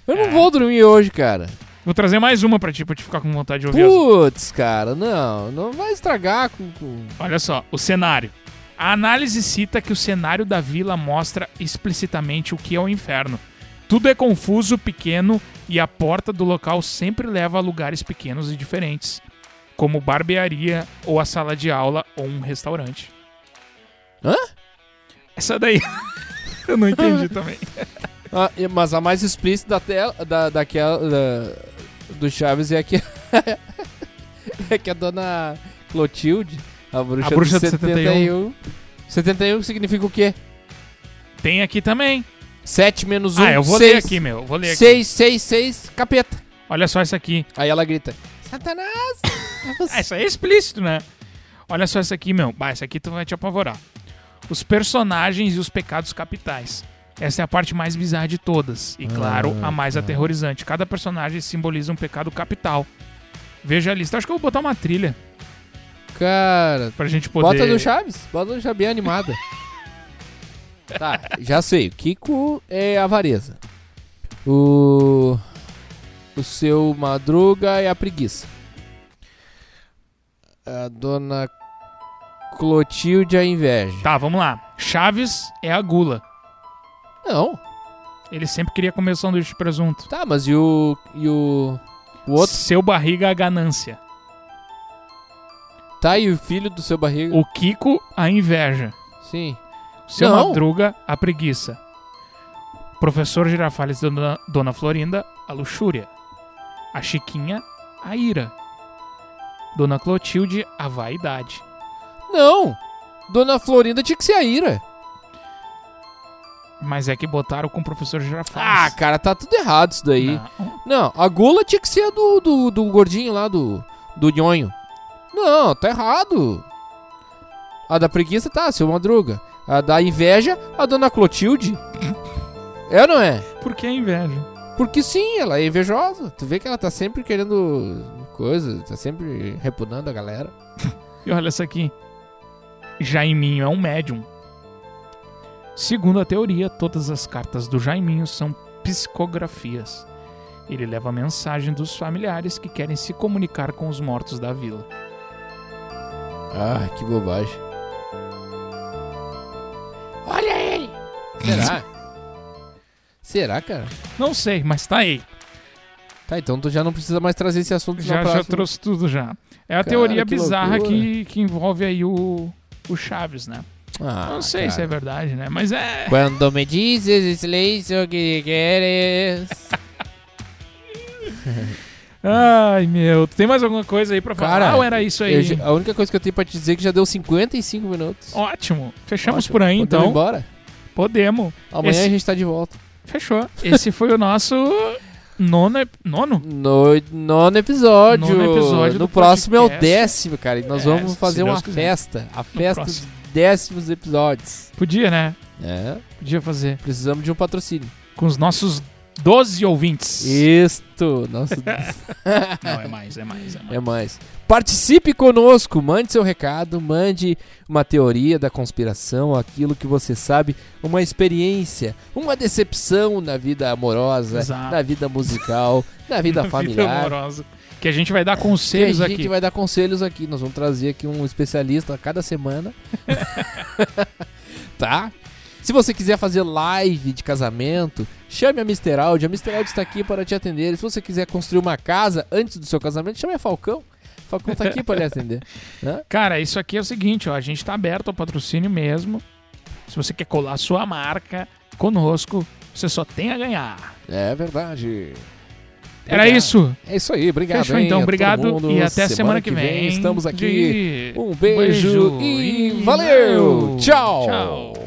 Eu não
É.
vou dormir hoje, cara.
Vou trazer mais uma pra ti, pra te ficar com vontade de ouvir. as-
Putz, cara, não. Não vai estragar com. com-
Olha só, o cenário. A análise cita que o cenário da vila mostra explicitamente o que é o inferno. Tudo é confuso, pequeno e a porta do local sempre leva a lugares pequenos e diferentes, como barbearia ou a sala de aula ou um restaurante.
Hã?
Essa daí. Eu não entendi também.
Ah, e- mas a mais explícita da tela, da, daquela, da- do Chaves é que é que a dona Clotilde, a bruxa,
A bruxa
do
do
71. 71 significa o quê?
Tem aqui também.
7 menos 1,
Ah, eu vou
seis,
ler aqui, meu. Vou ler aqui.
6, 6, 6, capeta.
Olha só isso aqui.
Aí ela grita, Satanás! é
Ah,
você."
isso aí é explícito, né? Olha só essa aqui, meu. Bah, essa aqui tu vai te apavorar. Os personagens e os pecados capitais. Essa é a parte mais bizarra de todas. E, claro,
Ah,
a mais
tá.
aterrorizante. Cada personagem simboliza um pecado capital. Veja a lista. Acho que eu vou botar uma trilha
Cara,
pra gente poder...
bota no Chaves, bota no Chaves bem animada. tá, já sei, o Kiko é avareza. O... O seu Madruga é a preguiça. A dona Clotilde é a inveja.
Tá, vamos lá. Chaves é a gula.
Não,
Ele sempre queria comer o sanduíche de presunto.
tá, mas e o... E o... O outro?
Seu barriga é a ganância.
Tá, e o filho do seu barriga?
O Kiko a inveja.
Sim.
Seu
Não.
Madruga, a preguiça. Professor Girafales, dona, dona Florinda, a luxúria. A Chiquinha, a ira. Dona Clotilde, a vaidade.
Não! Dona Florinda tinha que ser a Ira.
Mas é que botaram com o professor
Ah,
Girafales.
cara, tá tudo errado isso daí.
Não.
Não, a gula tinha que ser a do, do, do gordinho lá, do, do nhonho. Não, tá errado. A da preguiça tá, seu Madruga. A da inveja, a dona Clotilde. É ou não é?
Por que a inveja?
Porque sim, ela é invejosa. Tu vê que ela tá sempre querendo coisa, tá sempre repugnando a galera.
E olha essa aqui. Jaiminho é um médium. Segundo a teoria, todas as cartas do Jaiminho são psicografias. Ele leva a mensagem dos familiares que querem se comunicar com os mortos da vila.
Ah, que bobagem. Olha ele! Será? Será, cara?
Não sei, mas tá aí.
Tá, então tu já não precisa mais trazer esse assunto
Já,
na
já
próxima.
trouxe tudo já. É a
Cara,
teoria
que
bizarra
loucura.
que, que envolve aí o, o Chaves, né?
Ah,
não sei se é
cara.
verdade, né? Mas é.
Quando me dizes silêncio que queres.
Ai, meu. Tem mais alguma coisa aí pra falar?
Cara,
ou era isso aí?
Eu já- a única coisa que eu tenho pra te dizer é que já deu 55 minutos.
Ótimo. Fechamos
Ótimo.
por aí,
Podemos ir
então.
embora?
Podemos.
Amanhã
Esse-
a gente tá de volta.
Fechou. Esse foi o nosso nono. ep- Nono?
No, nono episódio.
Nono episódio
no
do
próximo é o
podcast.
décimo, cara. E nós
É,
vamos
se
fazer
Deus
uma
quiser.
festa. A festa dos
próximo.
décimos episódios.
Podia, né?
É,
Podia fazer.
precisamos de um patrocínio.
Com os nossos 12 ouvintes.
Isto, nosso
Não, é mais, é mais, é mais.
É mais. Participe conosco, mande seu recado, mande uma teoria da conspiração, aquilo que você sabe, uma experiência, uma decepção na vida amorosa,
Exato.
na vida musical, na vida
Vida
familiar.
amorosa. Que a gente vai dar
E a
conselhos
gente
aqui.
vai dar conselhos aqui, nós vamos trazer aqui um especialista a cada semana. tá? Se você quiser fazer live de casamento, chame a Mr. Audi. A Mr. Audi está aqui para te atender. Se você quiser construir uma casa antes do seu casamento, chame a Falcão. Falcão tá aqui para lhe atender.
Cara, isso aqui é o seguinte, ó. A gente tá aberto ao patrocínio mesmo. Se você quer colar sua marca conosco, você só tem a ganhar.
É verdade.
Era
Obrigado.
isso.
É isso aí. Obrigado.
Fechou
hein, a
então.
todo
Obrigado
mundo.
e até semana, que vem.
Estamos aqui.
de-
Um beijo, e valeu. Tchau.
Tchau.